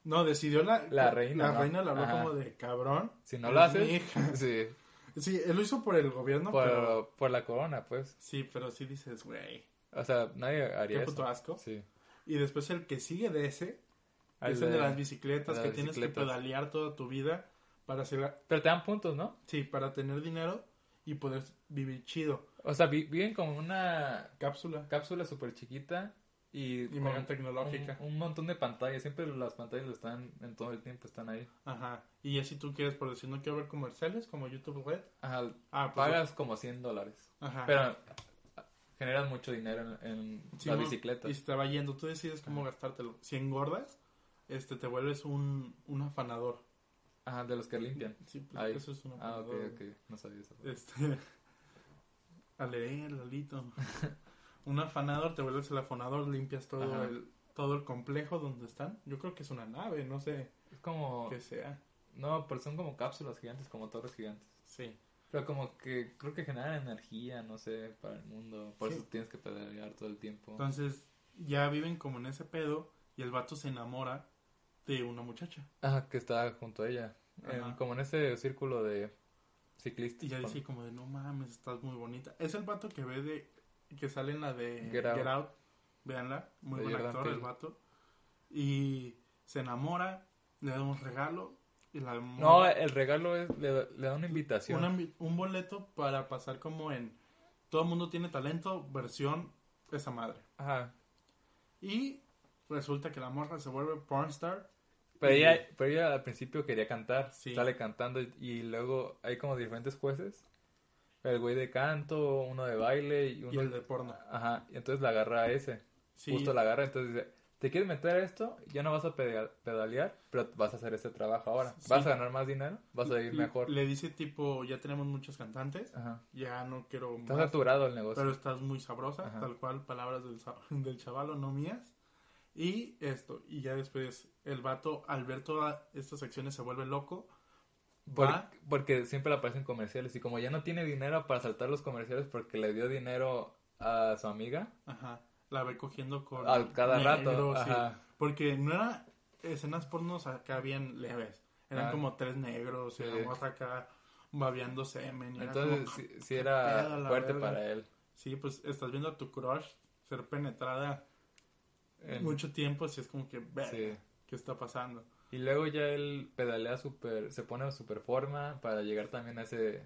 [SPEAKER 3] No, decidió la,
[SPEAKER 4] La reina,
[SPEAKER 3] La
[SPEAKER 4] ¿no?
[SPEAKER 3] reina le habló
[SPEAKER 4] Ajá.
[SPEAKER 3] como de cabrón.
[SPEAKER 4] Si no
[SPEAKER 3] eres
[SPEAKER 4] lo
[SPEAKER 3] mi
[SPEAKER 4] haces,
[SPEAKER 3] hija".
[SPEAKER 4] (laughs) sí,
[SPEAKER 3] (laughs) Sí, él lo hizo por el gobierno,
[SPEAKER 4] por,
[SPEAKER 3] pero...
[SPEAKER 4] por la corona, pues.
[SPEAKER 3] Sí, pero sí dices, güey,
[SPEAKER 4] O sea, nadie haría
[SPEAKER 3] qué
[SPEAKER 4] eso.
[SPEAKER 3] puto asco.
[SPEAKER 4] Sí.
[SPEAKER 3] Y después el que sigue de ese
[SPEAKER 4] Ahí
[SPEAKER 3] es
[SPEAKER 4] se
[SPEAKER 3] el de
[SPEAKER 4] ve.
[SPEAKER 3] las bicicletas
[SPEAKER 4] de
[SPEAKER 3] que
[SPEAKER 4] las
[SPEAKER 3] tienes
[SPEAKER 4] bicicletas.
[SPEAKER 3] que pedalear toda tu vida para hacer,
[SPEAKER 4] Pero te dan puntos, ¿no?
[SPEAKER 3] sí, para tener dinero y poder vivir chido.
[SPEAKER 4] O sea, vi- viven con una
[SPEAKER 3] Cápsula.
[SPEAKER 4] cápsula súper chiquita y,
[SPEAKER 3] Y
[SPEAKER 4] con
[SPEAKER 3] mega tecnológica.
[SPEAKER 4] Un, un montón de pantallas. Siempre las pantallas están en todo el tiempo, están ahí.
[SPEAKER 3] Ajá. Y ya si tú quieres, por decir, no quiero ver comerciales como YouTube Red.
[SPEAKER 4] Ajá,
[SPEAKER 3] Ah, pues, Ah.
[SPEAKER 4] pagas como 100 dólares.
[SPEAKER 3] Ajá.
[SPEAKER 4] Pero generas mucho dinero en, en
[SPEAKER 3] Sí,
[SPEAKER 4] las
[SPEAKER 3] ¿no?
[SPEAKER 4] bicicletas.
[SPEAKER 3] Y se te va yendo. Tú decides cómo gastártelo. Si engordas, este, te vuelves un, un afanador.
[SPEAKER 4] Ajá, de los que limpian.
[SPEAKER 3] Sí, pues,
[SPEAKER 4] Ahí.
[SPEAKER 3] eso es un
[SPEAKER 4] Ah, ok,
[SPEAKER 3] afanador.
[SPEAKER 4] ok. No sabía eso.
[SPEAKER 3] Este. A leer,
[SPEAKER 4] (laughs)
[SPEAKER 3] Lolito. Un afanador, te vuelves el afanador, limpias todo
[SPEAKER 4] Ajá.
[SPEAKER 3] el, todo el complejo donde están. Yo creo que es una nave, no sé
[SPEAKER 4] Es como...
[SPEAKER 3] qué sea.
[SPEAKER 4] No, pero son como cápsulas gigantes, como torres gigantes.
[SPEAKER 3] Sí.
[SPEAKER 4] Pero como que creo que generan energía, no sé, para el mundo. Por
[SPEAKER 3] Sí.
[SPEAKER 4] eso tienes que pedalear todo el tiempo.
[SPEAKER 3] Entonces, ya viven como en ese pedo y el vato se enamora de una muchacha.
[SPEAKER 4] Ah, que está junto a ella. En-
[SPEAKER 3] Ajá.
[SPEAKER 4] como en ese círculo de ciclistas.
[SPEAKER 3] Y ya
[SPEAKER 4] con-
[SPEAKER 3] dice como de, no mames, estás muy bonita. Es el vato que ve de, que sale en la de
[SPEAKER 4] Get Out.
[SPEAKER 3] Veanla, muy
[SPEAKER 4] De
[SPEAKER 3] buen
[SPEAKER 4] Jordan
[SPEAKER 3] actor el
[SPEAKER 4] Peele.
[SPEAKER 3] vato. Y se enamora, le da un regalo y la
[SPEAKER 4] No,
[SPEAKER 3] morra-
[SPEAKER 4] el regalo es, le, da- le da una invitación.
[SPEAKER 3] Una mi- un boleto para pasar como en Todo el mundo tiene talento, versión esa madre.
[SPEAKER 4] Ajá.
[SPEAKER 3] Y resulta que la morra se vuelve pornstar.
[SPEAKER 4] Pero ella, pero ella al principio quería cantar.
[SPEAKER 3] Sí.
[SPEAKER 4] Sale cantando y, y luego hay como diferentes jueces. El güey de canto, uno de baile y uno...
[SPEAKER 3] Y el de porno.
[SPEAKER 4] Ajá, y entonces la agarra a ese.
[SPEAKER 3] Sí,
[SPEAKER 4] Justo la agarra, entonces dice, ¿te quieres meter a esto? Ya no vas a pedal- pedalear, pero vas a hacer este trabajo ahora.
[SPEAKER 3] Sí.
[SPEAKER 4] Vas a ganar más dinero, vas a ir
[SPEAKER 3] le-
[SPEAKER 4] mejor.
[SPEAKER 3] Le dice tipo, ya tenemos muchos cantantes,
[SPEAKER 4] Ajá.
[SPEAKER 3] ya no quiero
[SPEAKER 4] Está
[SPEAKER 3] más,
[SPEAKER 4] saturado el negocio.
[SPEAKER 3] pero estás muy sabrosa,
[SPEAKER 4] Ajá.
[SPEAKER 3] tal cual, palabras del, sa- (laughs) del chavalo, no mías. Y esto, y ya después el vato al ver todas estas acciones se vuelve loco.
[SPEAKER 4] Por-
[SPEAKER 3] Va,
[SPEAKER 4] porque siempre le aparecen comerciales y como ya no tiene dinero para saltar los comerciales porque le dio dinero a su amiga,
[SPEAKER 3] ajá, la ve cogiendo con...
[SPEAKER 4] al cada
[SPEAKER 3] negros,
[SPEAKER 4] rato,
[SPEAKER 3] sí.
[SPEAKER 4] ajá,
[SPEAKER 3] Porque no eran escenas pornos acá bien leves. Eran
[SPEAKER 4] Ah.
[SPEAKER 3] como tres negros y la
[SPEAKER 4] Sí.
[SPEAKER 3] morra acá babeando semen. y era
[SPEAKER 4] entonces
[SPEAKER 3] como,
[SPEAKER 4] si era
[SPEAKER 3] pedo, la
[SPEAKER 4] fuerte
[SPEAKER 3] verga.
[SPEAKER 4] para él.
[SPEAKER 3] sí, pues estás viendo a tu crush ser penetrada
[SPEAKER 4] En-
[SPEAKER 3] mucho tiempo. Si es como que, ver,
[SPEAKER 4] sí.
[SPEAKER 3] ¿qué está pasando?
[SPEAKER 4] Y luego ya él pedalea super, se pone en super forma para llegar también a ese...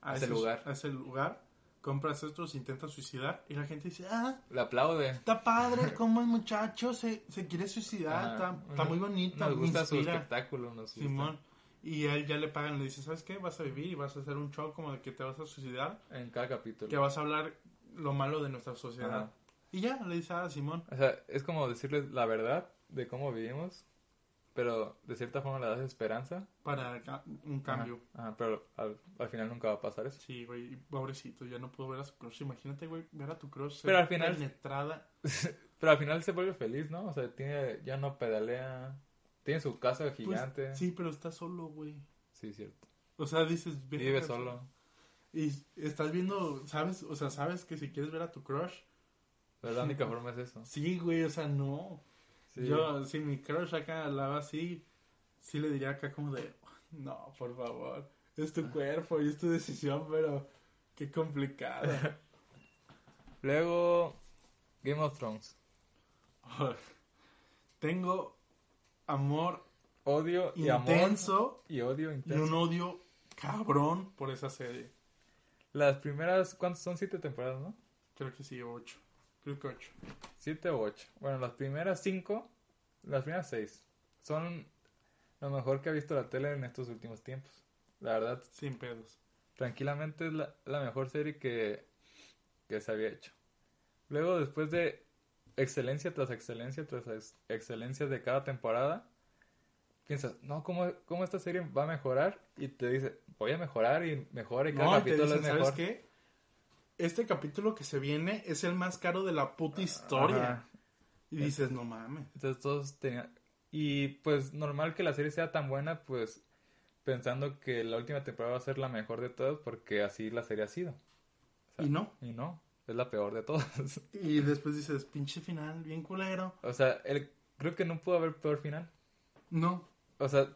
[SPEAKER 3] A
[SPEAKER 4] Ese lugar.
[SPEAKER 3] A ese lugar. Compras esto, se intenta suicidar. Y la gente dice, ah,
[SPEAKER 4] Le aplaude.
[SPEAKER 3] está padre, como el muchacho se, se quiere suicidar.
[SPEAKER 4] Ajá.
[SPEAKER 3] Está, está
[SPEAKER 4] Nos-
[SPEAKER 3] muy bonito.
[SPEAKER 4] Nos
[SPEAKER 3] me
[SPEAKER 4] gusta su
[SPEAKER 3] inspira".
[SPEAKER 4] espectáculo, nos gusta.
[SPEAKER 3] Simón. Y a él ya le pagan, le dice, ¿sabes qué? Vas a vivir y vas a hacer un show como de que te vas a suicidar.
[SPEAKER 4] En cada capítulo.
[SPEAKER 3] que vas a hablar lo malo de nuestra sociedad.
[SPEAKER 4] Ajá.
[SPEAKER 3] Y ya, le dice a Simón.
[SPEAKER 4] O sea, es como decirles la verdad de cómo vivimos, pero de cierta forma le das esperanza.
[SPEAKER 3] para ca- un cambio.
[SPEAKER 4] Ajá, ajá, pero al, al final nunca va a pasar eso.
[SPEAKER 3] Sí, güey, y pobrecito, ya no pudo ver a su crush. Imagínate, güey, ver a tu crush
[SPEAKER 4] Pero al final-
[SPEAKER 3] penetrada.
[SPEAKER 4] Pero al final se vuelve feliz, ¿no? O sea, tiene, ya no pedalea. Tiene su casa
[SPEAKER 3] Pues,
[SPEAKER 4] gigante. sí.
[SPEAKER 3] sí, pero está solo, güey.
[SPEAKER 4] cierto.
[SPEAKER 3] O sea, dices, "Verga,
[SPEAKER 4] Vive
[SPEAKER 3] o sea,
[SPEAKER 4] solo.
[SPEAKER 3] Y estás viendo, ¿sabes? O sea, sabes que si quieres ver a tu crush,
[SPEAKER 4] Pero la única forma es eso.
[SPEAKER 3] sí, güey, o sea, no.
[SPEAKER 4] Sí.
[SPEAKER 3] Yo, si mi crush acá hablaba así, sí le diría acá como de, no, por favor, es
[SPEAKER 4] Ah.
[SPEAKER 3] tu cuerpo y es tu decisión, pero qué
[SPEAKER 4] (laughs)
[SPEAKER 3] complicada.
[SPEAKER 4] Luego, Game of Thrones.
[SPEAKER 3] Tengo amor
[SPEAKER 4] Odio y amor.
[SPEAKER 3] intenso
[SPEAKER 4] Y odio
[SPEAKER 3] y
[SPEAKER 4] intenso.
[SPEAKER 3] un odio cabrón por esa serie.
[SPEAKER 4] Las primeras, ¿cuántas son? Siete temporadas, ¿no?
[SPEAKER 3] Creo que sí, ocho. Creo que ocho.
[SPEAKER 4] Siete o ocho. Bueno, las primeras cinco, las primeras seis, son lo mejor que ha visto la tele en estos últimos tiempos. La verdad,
[SPEAKER 3] Sin pedos.
[SPEAKER 4] tranquilamente es la, la mejor serie que, que se había hecho. Luego, después de excelencia tras excelencia tras ex- excelencia de cada temporada, piensas, no, ¿cómo, ¿cómo esta serie va a mejorar? Y te dice, voy a mejorar y mejora y cada
[SPEAKER 3] No, y te dicen,
[SPEAKER 4] Este capítulo es mejor.
[SPEAKER 3] ¿sabes qué? Este capítulo que se viene es el más caro de la puta historia.
[SPEAKER 4] Ah, Ajá.
[SPEAKER 3] Y dices, no mames.
[SPEAKER 4] Entonces todos tenían... Y pues normal que la serie sea tan buena, pues pensando que la última temporada va a ser la mejor de todas porque así la serie ha sido. O sea,
[SPEAKER 3] Y no.
[SPEAKER 4] Y no, es la peor de todas.
[SPEAKER 3] Y después dices, pinche final, bien culero.
[SPEAKER 4] o sea, el- creo que no pudo haber peor final.
[SPEAKER 3] No.
[SPEAKER 4] O sea,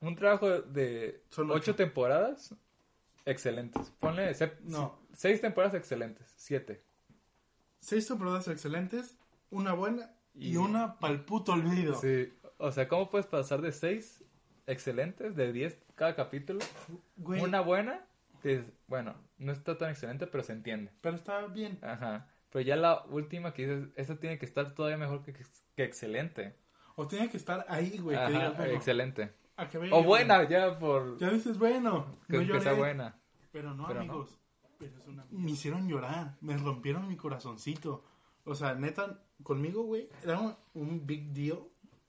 [SPEAKER 4] un trabajo de
[SPEAKER 3] Son
[SPEAKER 4] ocho
[SPEAKER 3] ocho.
[SPEAKER 4] temporadas excelentes. Ponle se-
[SPEAKER 3] No.
[SPEAKER 4] seis temporadas excelentes, siete.
[SPEAKER 3] Seis temporadas excelentes, una buena y una pa'l puto olvido.
[SPEAKER 4] Sí, o sea, ¿cómo puedes pasar de seis excelentes, de 10 cada capítulo,
[SPEAKER 3] Güey,
[SPEAKER 4] una buena, que es, bueno, no está tan excelente, pero se entiende.
[SPEAKER 3] pero está bien.
[SPEAKER 4] Ajá. Pero ya la última que dices, esa tiene que estar todavía mejor que, que excelente.
[SPEAKER 3] O tiene que estar ahí, güey, que
[SPEAKER 4] Ajá,
[SPEAKER 3] digas, bueno,
[SPEAKER 4] excelente.
[SPEAKER 3] a que venga,
[SPEAKER 4] O buena, ya por...
[SPEAKER 3] Ya dices, bueno,
[SPEAKER 4] Que,
[SPEAKER 3] no
[SPEAKER 4] que sea
[SPEAKER 3] lloré.
[SPEAKER 4] buena.
[SPEAKER 3] Pero no,
[SPEAKER 4] Pero no.
[SPEAKER 3] amigos. Pero es una... Me hicieron llorar. Me rompieron mi corazoncito. O sea, neta, conmigo, güey, era un, un big deal.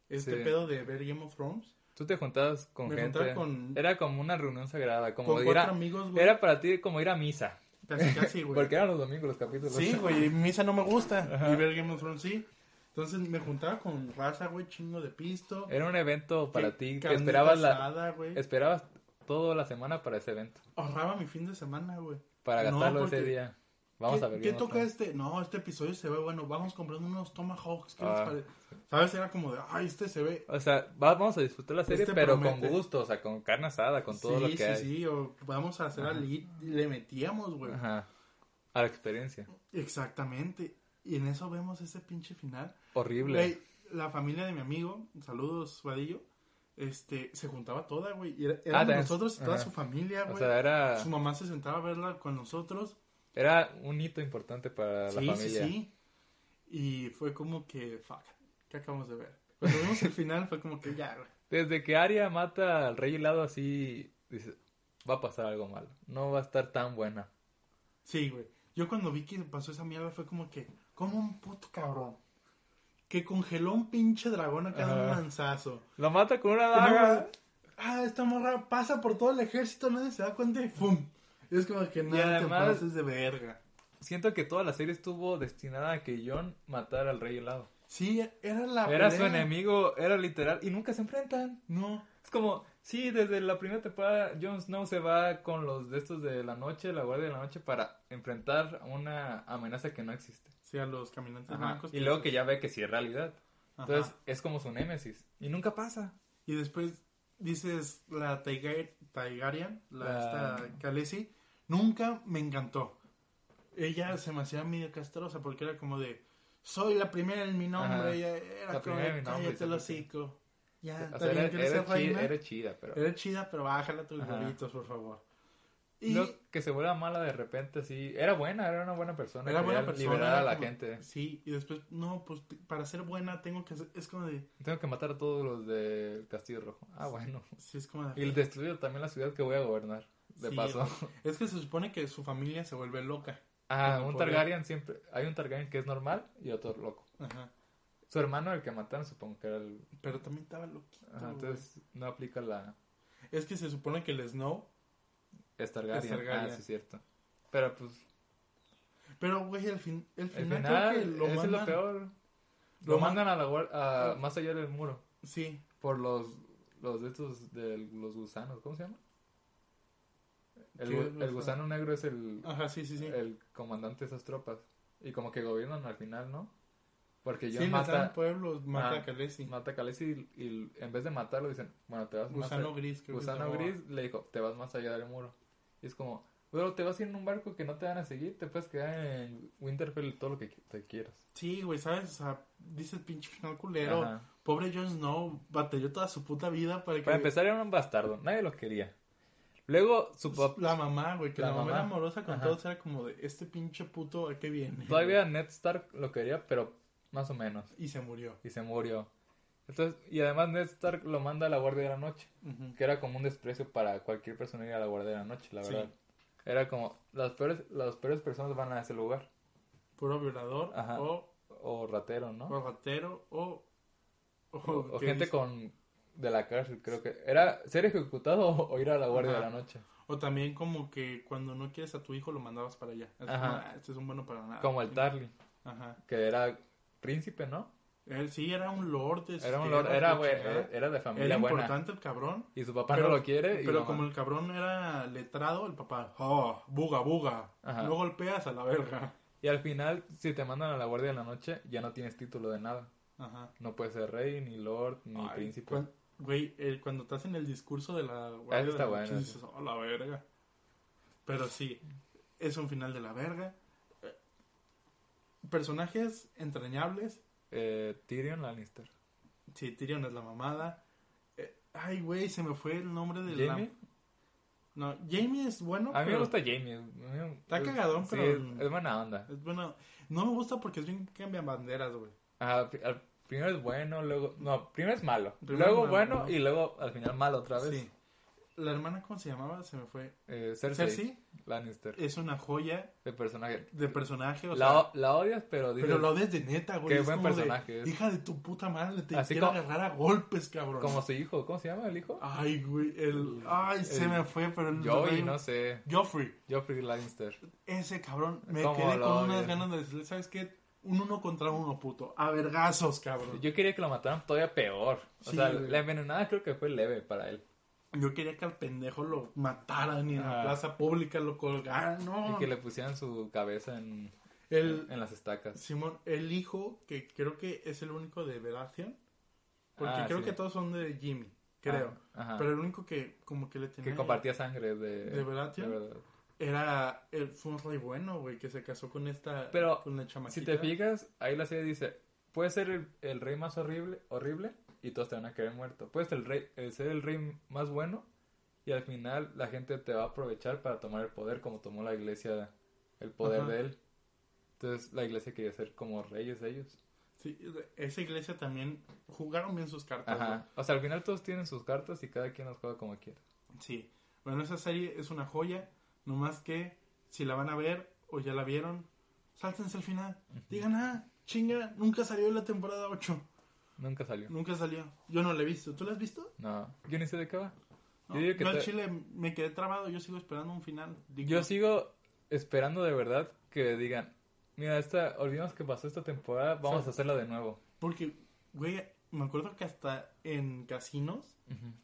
[SPEAKER 3] Este
[SPEAKER 4] Sí.
[SPEAKER 3] pedo de ver Game of Thrones.
[SPEAKER 4] Tú te juntabas con
[SPEAKER 3] Me
[SPEAKER 4] gente.
[SPEAKER 3] juntaba con-
[SPEAKER 4] Era como una reunión sagrada. Como
[SPEAKER 3] con
[SPEAKER 4] ir
[SPEAKER 3] cuatro
[SPEAKER 4] a-
[SPEAKER 3] amigos, güey.
[SPEAKER 4] Era para ti como ir a misa.
[SPEAKER 3] Casi, casi, güey.
[SPEAKER 4] (laughs) Porque eran los domingos los capítulos. (laughs)
[SPEAKER 3] Sí, güey, misa no me gusta. Y ver Game of Thrones sí. Entonces me juntaba con raza, güey, chingo de pisto.
[SPEAKER 4] Era un evento para
[SPEAKER 3] Que-
[SPEAKER 4] ti que
[SPEAKER 3] carnita
[SPEAKER 4] esperabas la...
[SPEAKER 3] asada, güey.
[SPEAKER 4] Esperabas toda la semana para ese evento.
[SPEAKER 3] Ahorraba mi fin de semana, güey.
[SPEAKER 4] Para
[SPEAKER 3] No,
[SPEAKER 4] gastarlo
[SPEAKER 3] porque-
[SPEAKER 4] ese día. Vamos
[SPEAKER 3] ¿Qué,
[SPEAKER 4] a ver.
[SPEAKER 3] ¿qué
[SPEAKER 4] Game of
[SPEAKER 3] toca
[SPEAKER 4] Thrones.
[SPEAKER 3] este? No, este episodio se ve bueno. Vamos comprando unos Tomahawks. ¿qué les
[SPEAKER 4] Ah.
[SPEAKER 3] parece? ¿Sabes? Era como de, ay, este se ve.
[SPEAKER 4] O sea, va- vamos a disfrutar la serie,
[SPEAKER 3] Este
[SPEAKER 4] pero
[SPEAKER 3] promete.
[SPEAKER 4] con gusto, o sea, con carne asada, con todo
[SPEAKER 3] sí,
[SPEAKER 4] lo que
[SPEAKER 3] sí,
[SPEAKER 4] hay.
[SPEAKER 3] sí. O vamos a hacer al Le metíamos, güey.
[SPEAKER 4] Ajá. A la experiencia.
[SPEAKER 3] Exactamente. Y en eso vemos ese pinche final.
[SPEAKER 4] Horrible.
[SPEAKER 3] Güey, la familia de mi amigo, saludos, Vadillo. Este, se juntaba toda, güey. y Era, éramos
[SPEAKER 4] Ah, también.
[SPEAKER 3] nosotros y toda
[SPEAKER 4] Ajá.
[SPEAKER 3] su familia, güey.
[SPEAKER 4] o sea, era,
[SPEAKER 3] Su mamá se sentaba a verla con nosotros.
[SPEAKER 4] era un hito importante para
[SPEAKER 3] Sí,
[SPEAKER 4] la
[SPEAKER 3] sí,
[SPEAKER 4] familia.
[SPEAKER 3] sí. Y fue como que, fuck, ¿qué acabamos de ver? Cuando vimos el final fue como que ya, güey.
[SPEAKER 4] Desde que Arya mata al rey helado así, dice, va a pasar algo malo. No va a estar tan buena.
[SPEAKER 3] Sí, güey. Yo cuando vi que pasó esa mierda fue como que, como un puto cabrón. Que congeló un pinche dragón acá de un
[SPEAKER 4] Ajá.
[SPEAKER 3] lanzazo.
[SPEAKER 4] Lo mata con una
[SPEAKER 3] Que no,
[SPEAKER 4] daga.
[SPEAKER 3] güey, ah, esta morra pasa por todo el ejército, nadie se da cuenta y ¡pum! Y es como que no te
[SPEAKER 4] además-
[SPEAKER 3] pases de verga.
[SPEAKER 4] Siento que toda la serie estuvo destinada a que Jon matara al rey helado.
[SPEAKER 3] Sí, era la
[SPEAKER 4] Era su
[SPEAKER 3] pelea.
[SPEAKER 4] enemigo, era literal, y nunca se enfrentan.
[SPEAKER 3] No,
[SPEAKER 4] Es como, sí, desde la primera temporada Jon Snow se va con los de estos de la noche, la guardia de la noche, para enfrentar a una amenaza que no existe.
[SPEAKER 3] sí, a los caminantes
[SPEAKER 4] Ajá.
[SPEAKER 3] blancos.
[SPEAKER 4] Y luego que ya ve que sí es realidad.
[SPEAKER 3] Ajá.
[SPEAKER 4] Entonces es como su némesis. Y nunca pasa.
[SPEAKER 3] Y después dices la Taiga- Taigarian, la,
[SPEAKER 4] La-
[SPEAKER 3] esta Khaleesi, nunca me encantó. Ella se me hacía medio castrosa porque era como de, soy la primera en mi nombre,
[SPEAKER 4] Ajá.
[SPEAKER 3] ella era como,
[SPEAKER 4] La primera en mi nombre,
[SPEAKER 3] cállate el
[SPEAKER 4] sí, sí.
[SPEAKER 3] hocico. Ya,
[SPEAKER 4] O
[SPEAKER 3] está
[SPEAKER 4] sea,
[SPEAKER 3] bien,
[SPEAKER 4] era,
[SPEAKER 3] ¿quieres
[SPEAKER 4] era
[SPEAKER 3] ser
[SPEAKER 4] chi-
[SPEAKER 3] reina?
[SPEAKER 4] era chida, pero...
[SPEAKER 3] Era chida, pero bájala tus
[SPEAKER 4] Ajá.
[SPEAKER 3] huevitos, por favor.
[SPEAKER 4] Y
[SPEAKER 3] Y
[SPEAKER 4] luego que se vuelva mala de repente, sí. Era buena, era una buena persona.
[SPEAKER 3] era
[SPEAKER 4] quería
[SPEAKER 3] buena persona.
[SPEAKER 4] Liberar a
[SPEAKER 3] era
[SPEAKER 4] la
[SPEAKER 3] como-
[SPEAKER 4] gente.
[SPEAKER 3] Sí, y después, no, pues t- para ser buena tengo que hacer, es como de,
[SPEAKER 4] Tengo que matar a todos los del Castillo Rojo. Ah, bueno.
[SPEAKER 3] sí, es como de,
[SPEAKER 4] Y destruyo también la ciudad que voy a gobernar. De
[SPEAKER 3] Sí, pues,
[SPEAKER 4] paso.
[SPEAKER 3] es que se supone que su familia se vuelve loca.
[SPEAKER 4] (laughs) Ah,
[SPEAKER 3] Como
[SPEAKER 4] un
[SPEAKER 3] poder.
[SPEAKER 4] Targaryen siempre. Hay un Targaryen que es normal y otro loco.
[SPEAKER 3] Ajá.
[SPEAKER 4] Su hermano, el que mataron, supongo que era el.
[SPEAKER 3] Pero también estaba loquito.
[SPEAKER 4] Ajá,
[SPEAKER 3] güey.
[SPEAKER 4] entonces no aplica la.
[SPEAKER 3] Es que se supone que el Snow.
[SPEAKER 4] Es Targaryen.
[SPEAKER 3] Es Targaryen.
[SPEAKER 4] Ah, sí, es cierto. Pero pues.
[SPEAKER 3] Pero, güey, el, fin, el
[SPEAKER 4] El
[SPEAKER 3] final, creo
[SPEAKER 4] final,
[SPEAKER 3] que lo
[SPEAKER 4] ese es
[SPEAKER 3] mandan.
[SPEAKER 4] lo peor.
[SPEAKER 3] lo man- Ah.
[SPEAKER 4] Lo, mandan a la guar- a- más allá del muro.
[SPEAKER 3] Sí,
[SPEAKER 4] Por los. Los de estos. De los gusanos. ¿Cómo se llama? El,
[SPEAKER 3] ¿Qué
[SPEAKER 4] gu-
[SPEAKER 3] gusano?
[SPEAKER 4] el gusano negro es el.
[SPEAKER 3] ajá, sí, Ah, sí, sí.
[SPEAKER 4] El comandante de esas tropas. Y como que gobiernan al final, ¿no? Porque
[SPEAKER 3] sí, pues,
[SPEAKER 4] Jon
[SPEAKER 3] les dan
[SPEAKER 4] mata.
[SPEAKER 3] pueblos, mata
[SPEAKER 4] Ah,
[SPEAKER 3] a Khaleesi.
[SPEAKER 4] Mata a Khaleesi y, y en vez de matarlo dicen, bueno, te vas más
[SPEAKER 3] Gusano
[SPEAKER 4] allá-
[SPEAKER 3] Gris, creo que
[SPEAKER 4] Gusano
[SPEAKER 3] se llamaba.
[SPEAKER 4] Gris le dijo, te vas más allá del muro. Y es como, pero te vas a ir en un barco que no te van a seguir, te puedes quedar en Winterfell todo lo que qui- te quieras.
[SPEAKER 3] Sí, güey, ¿sabes? O sea, dices pinche final culero.
[SPEAKER 4] Ajá.
[SPEAKER 3] Pobre Jon Snow batalló toda su puta vida para que.
[SPEAKER 4] Para empezar era un bastardo, nadie lo quería. Luego su papá,
[SPEAKER 3] pues, La mamá, güey, que la,
[SPEAKER 4] La
[SPEAKER 3] mamá era
[SPEAKER 4] mamá.
[SPEAKER 3] amorosa con
[SPEAKER 4] Ajá.
[SPEAKER 3] todos, era como de este pinche puto, ¿a qué viene?
[SPEAKER 4] todavía Ned Stark lo quería, pero más o menos.
[SPEAKER 3] Y se murió.
[SPEAKER 4] Y se murió. Entonces, y además Ned Stark lo manda a la Guardia de la Noche.
[SPEAKER 3] Ujú.
[SPEAKER 4] que era como un desprecio para cualquier persona ir a la guardia de la noche, la
[SPEAKER 3] Sí.
[SPEAKER 4] verdad. Era como, las peores, las peores personas van a ese lugar.
[SPEAKER 3] Puro violador,
[SPEAKER 4] Ajá.
[SPEAKER 3] o,
[SPEAKER 4] O ratero, ¿no?
[SPEAKER 3] o ratero, o. O,
[SPEAKER 4] O, o
[SPEAKER 3] ¿qué
[SPEAKER 4] gente
[SPEAKER 3] dices?
[SPEAKER 4] con de la cárcel, creo que. ¿Era ser ejecutado o, o ir a la guardia
[SPEAKER 3] Ajá.
[SPEAKER 4] de la noche?
[SPEAKER 3] O también como que cuando no quieres a tu hijo lo mandabas para allá. Así
[SPEAKER 4] Ajá.
[SPEAKER 3] como, "Ah, este es un bueno para nada.
[SPEAKER 4] Como el Tarly,
[SPEAKER 3] Ajá.
[SPEAKER 4] que era príncipe, ¿no?
[SPEAKER 3] Él sí era un lord. este, de sus
[SPEAKER 4] Era un
[SPEAKER 3] tierras,
[SPEAKER 4] lord- era,
[SPEAKER 3] la
[SPEAKER 4] bue-
[SPEAKER 3] chingada.
[SPEAKER 4] era, era de familia
[SPEAKER 3] Era
[SPEAKER 4] buena.
[SPEAKER 3] importante el cabrón.
[SPEAKER 4] Y su papá no lo quiere. y
[SPEAKER 3] Pero
[SPEAKER 4] lo
[SPEAKER 3] como
[SPEAKER 4] manda.
[SPEAKER 3] el cabrón era letrado, el papá, oh, buga, buga.
[SPEAKER 4] Ajá.
[SPEAKER 3] No golpeas a la verga.
[SPEAKER 4] Y al final, si te mandan a la guardia de la noche, ya no tienes título de nada.
[SPEAKER 3] Ajá.
[SPEAKER 4] No puedes ser rey, ni lord, ni
[SPEAKER 3] Ay,
[SPEAKER 4] príncipe. Ah,
[SPEAKER 3] cuan- Güey, eh, cuando estás en el discurso de la guardia
[SPEAKER 4] Eso está
[SPEAKER 3] de la noche,
[SPEAKER 4] bueno,
[SPEAKER 3] dices, oh, la verga. Pero sí, es un final de la verga. Eh, Personajes entrañables,
[SPEAKER 4] Eh, Tyrion Lannister.
[SPEAKER 3] Sí, Tyrion es la mamada. Eh, ay, güey, se me fue el nombre del...
[SPEAKER 4] Jamie.
[SPEAKER 3] No, Jamie es bueno,
[SPEAKER 4] A mí me
[SPEAKER 3] pero
[SPEAKER 4] gusta Jamie. me-
[SPEAKER 3] Está
[SPEAKER 4] es-
[SPEAKER 3] cagadón,
[SPEAKER 4] sí,
[SPEAKER 3] pero-
[SPEAKER 4] es- es buena onda.
[SPEAKER 3] es bueno. No me gusta porque es bien que cambian banderas, güey.
[SPEAKER 4] Ajá, pri- Ah, al- primero es bueno, luego. No, primero es malo.
[SPEAKER 3] Primero
[SPEAKER 4] luego
[SPEAKER 3] es malo,
[SPEAKER 4] bueno
[SPEAKER 3] ¿no?
[SPEAKER 4] y luego al final malo otra vez.
[SPEAKER 3] Sí. La hermana, ¿cómo se llamaba? Se me fue.
[SPEAKER 4] Eh, Cersei,
[SPEAKER 3] Cersei
[SPEAKER 4] Lannister.
[SPEAKER 3] es una joya
[SPEAKER 4] De personaje.
[SPEAKER 3] de personaje, o
[SPEAKER 4] la,
[SPEAKER 3] sea,
[SPEAKER 4] o- la odias, pero dices.
[SPEAKER 3] pero lo odias de neta, güey.
[SPEAKER 4] Qué
[SPEAKER 3] es
[SPEAKER 4] buen
[SPEAKER 3] como de,
[SPEAKER 4] personaje es.
[SPEAKER 3] Hija de tu puta madre, te
[SPEAKER 4] Así
[SPEAKER 3] quiero
[SPEAKER 4] como-
[SPEAKER 3] agarrar a golpes, cabrón.
[SPEAKER 4] Como su hijo. ¿Cómo se llama el hijo?
[SPEAKER 3] Ay, güey, el... Ay, se
[SPEAKER 4] El-
[SPEAKER 3] me fue, pero el...
[SPEAKER 4] Joey, no sé.
[SPEAKER 3] Joffrey,
[SPEAKER 4] Joffrey Lannister.
[SPEAKER 3] ese cabrón, me
[SPEAKER 4] ¿Cómo
[SPEAKER 3] quedé
[SPEAKER 4] lo
[SPEAKER 3] con unas
[SPEAKER 4] odias?
[SPEAKER 3] ganas de decirle, ¿sabes qué? Un uno contra uno, puto. A vergazos, cabrón.
[SPEAKER 4] Pues Yo quería que lo mataran todavía peor. O
[SPEAKER 3] Sí,
[SPEAKER 4] sea,
[SPEAKER 3] güey.
[SPEAKER 4] la envenenada creo que fue leve para él.
[SPEAKER 3] Yo quería que al pendejo lo mataran y en la
[SPEAKER 4] Ah.
[SPEAKER 3] plaza pública lo colgaran, no.
[SPEAKER 4] Y que le pusieran su cabeza en,
[SPEAKER 3] El,
[SPEAKER 4] en las estacas.
[SPEAKER 3] Simón, el hijo, que creo que es el único de Vedación, porque
[SPEAKER 4] Ah,
[SPEAKER 3] creo
[SPEAKER 4] sí.
[SPEAKER 3] que todos son de Jimmy, creo.
[SPEAKER 4] Ah, ajá.
[SPEAKER 3] Pero el único que como que le tenía...
[SPEAKER 4] Que compartía sangre de.
[SPEAKER 3] ¿De Baratheon?
[SPEAKER 4] verdad.
[SPEAKER 3] Era, el, fue un rey bueno, güey, que se casó con esta...
[SPEAKER 4] Pero,
[SPEAKER 3] con la
[SPEAKER 4] Si
[SPEAKER 3] chamaquita.
[SPEAKER 4] te fijas, ahí la serie dice: Puedes ser el, el rey más horrible, horrible y todos te van a querer muerto. Puedes ser el, rey, eh, ser el rey más bueno y al final la gente te va a aprovechar para tomar el poder, como tomó la iglesia el poder
[SPEAKER 3] Ajá.
[SPEAKER 4] de él. Entonces la iglesia quería ser como reyes de ellos.
[SPEAKER 3] Sí, esa iglesia también jugaron bien sus cartas.
[SPEAKER 4] Ajá. O sea, al final todos tienen sus cartas y cada quien las juega como quiere.
[SPEAKER 3] güey. Sí. Bueno, esa serie es una joya, nomás que si la van a ver o ya la vieron, sáltense al final. Digan, ah, chinga, nunca salió la temporada 8.
[SPEAKER 4] Nunca salió.
[SPEAKER 3] Nunca salió. Yo no la he visto. ¿Tú la has visto?
[SPEAKER 4] No. Yo ni sé de qué va.
[SPEAKER 3] No,
[SPEAKER 4] Yo digo que
[SPEAKER 3] yo al
[SPEAKER 4] te-
[SPEAKER 3] Chile me quedé trabado, yo sigo esperando un final. digno.
[SPEAKER 4] Yo sigo esperando de verdad que digan, mira, esta, olvidamos que pasó esta temporada, vamos
[SPEAKER 3] Sí.
[SPEAKER 4] a hacerla de nuevo.
[SPEAKER 3] Porque, güey, me acuerdo que hasta en casinos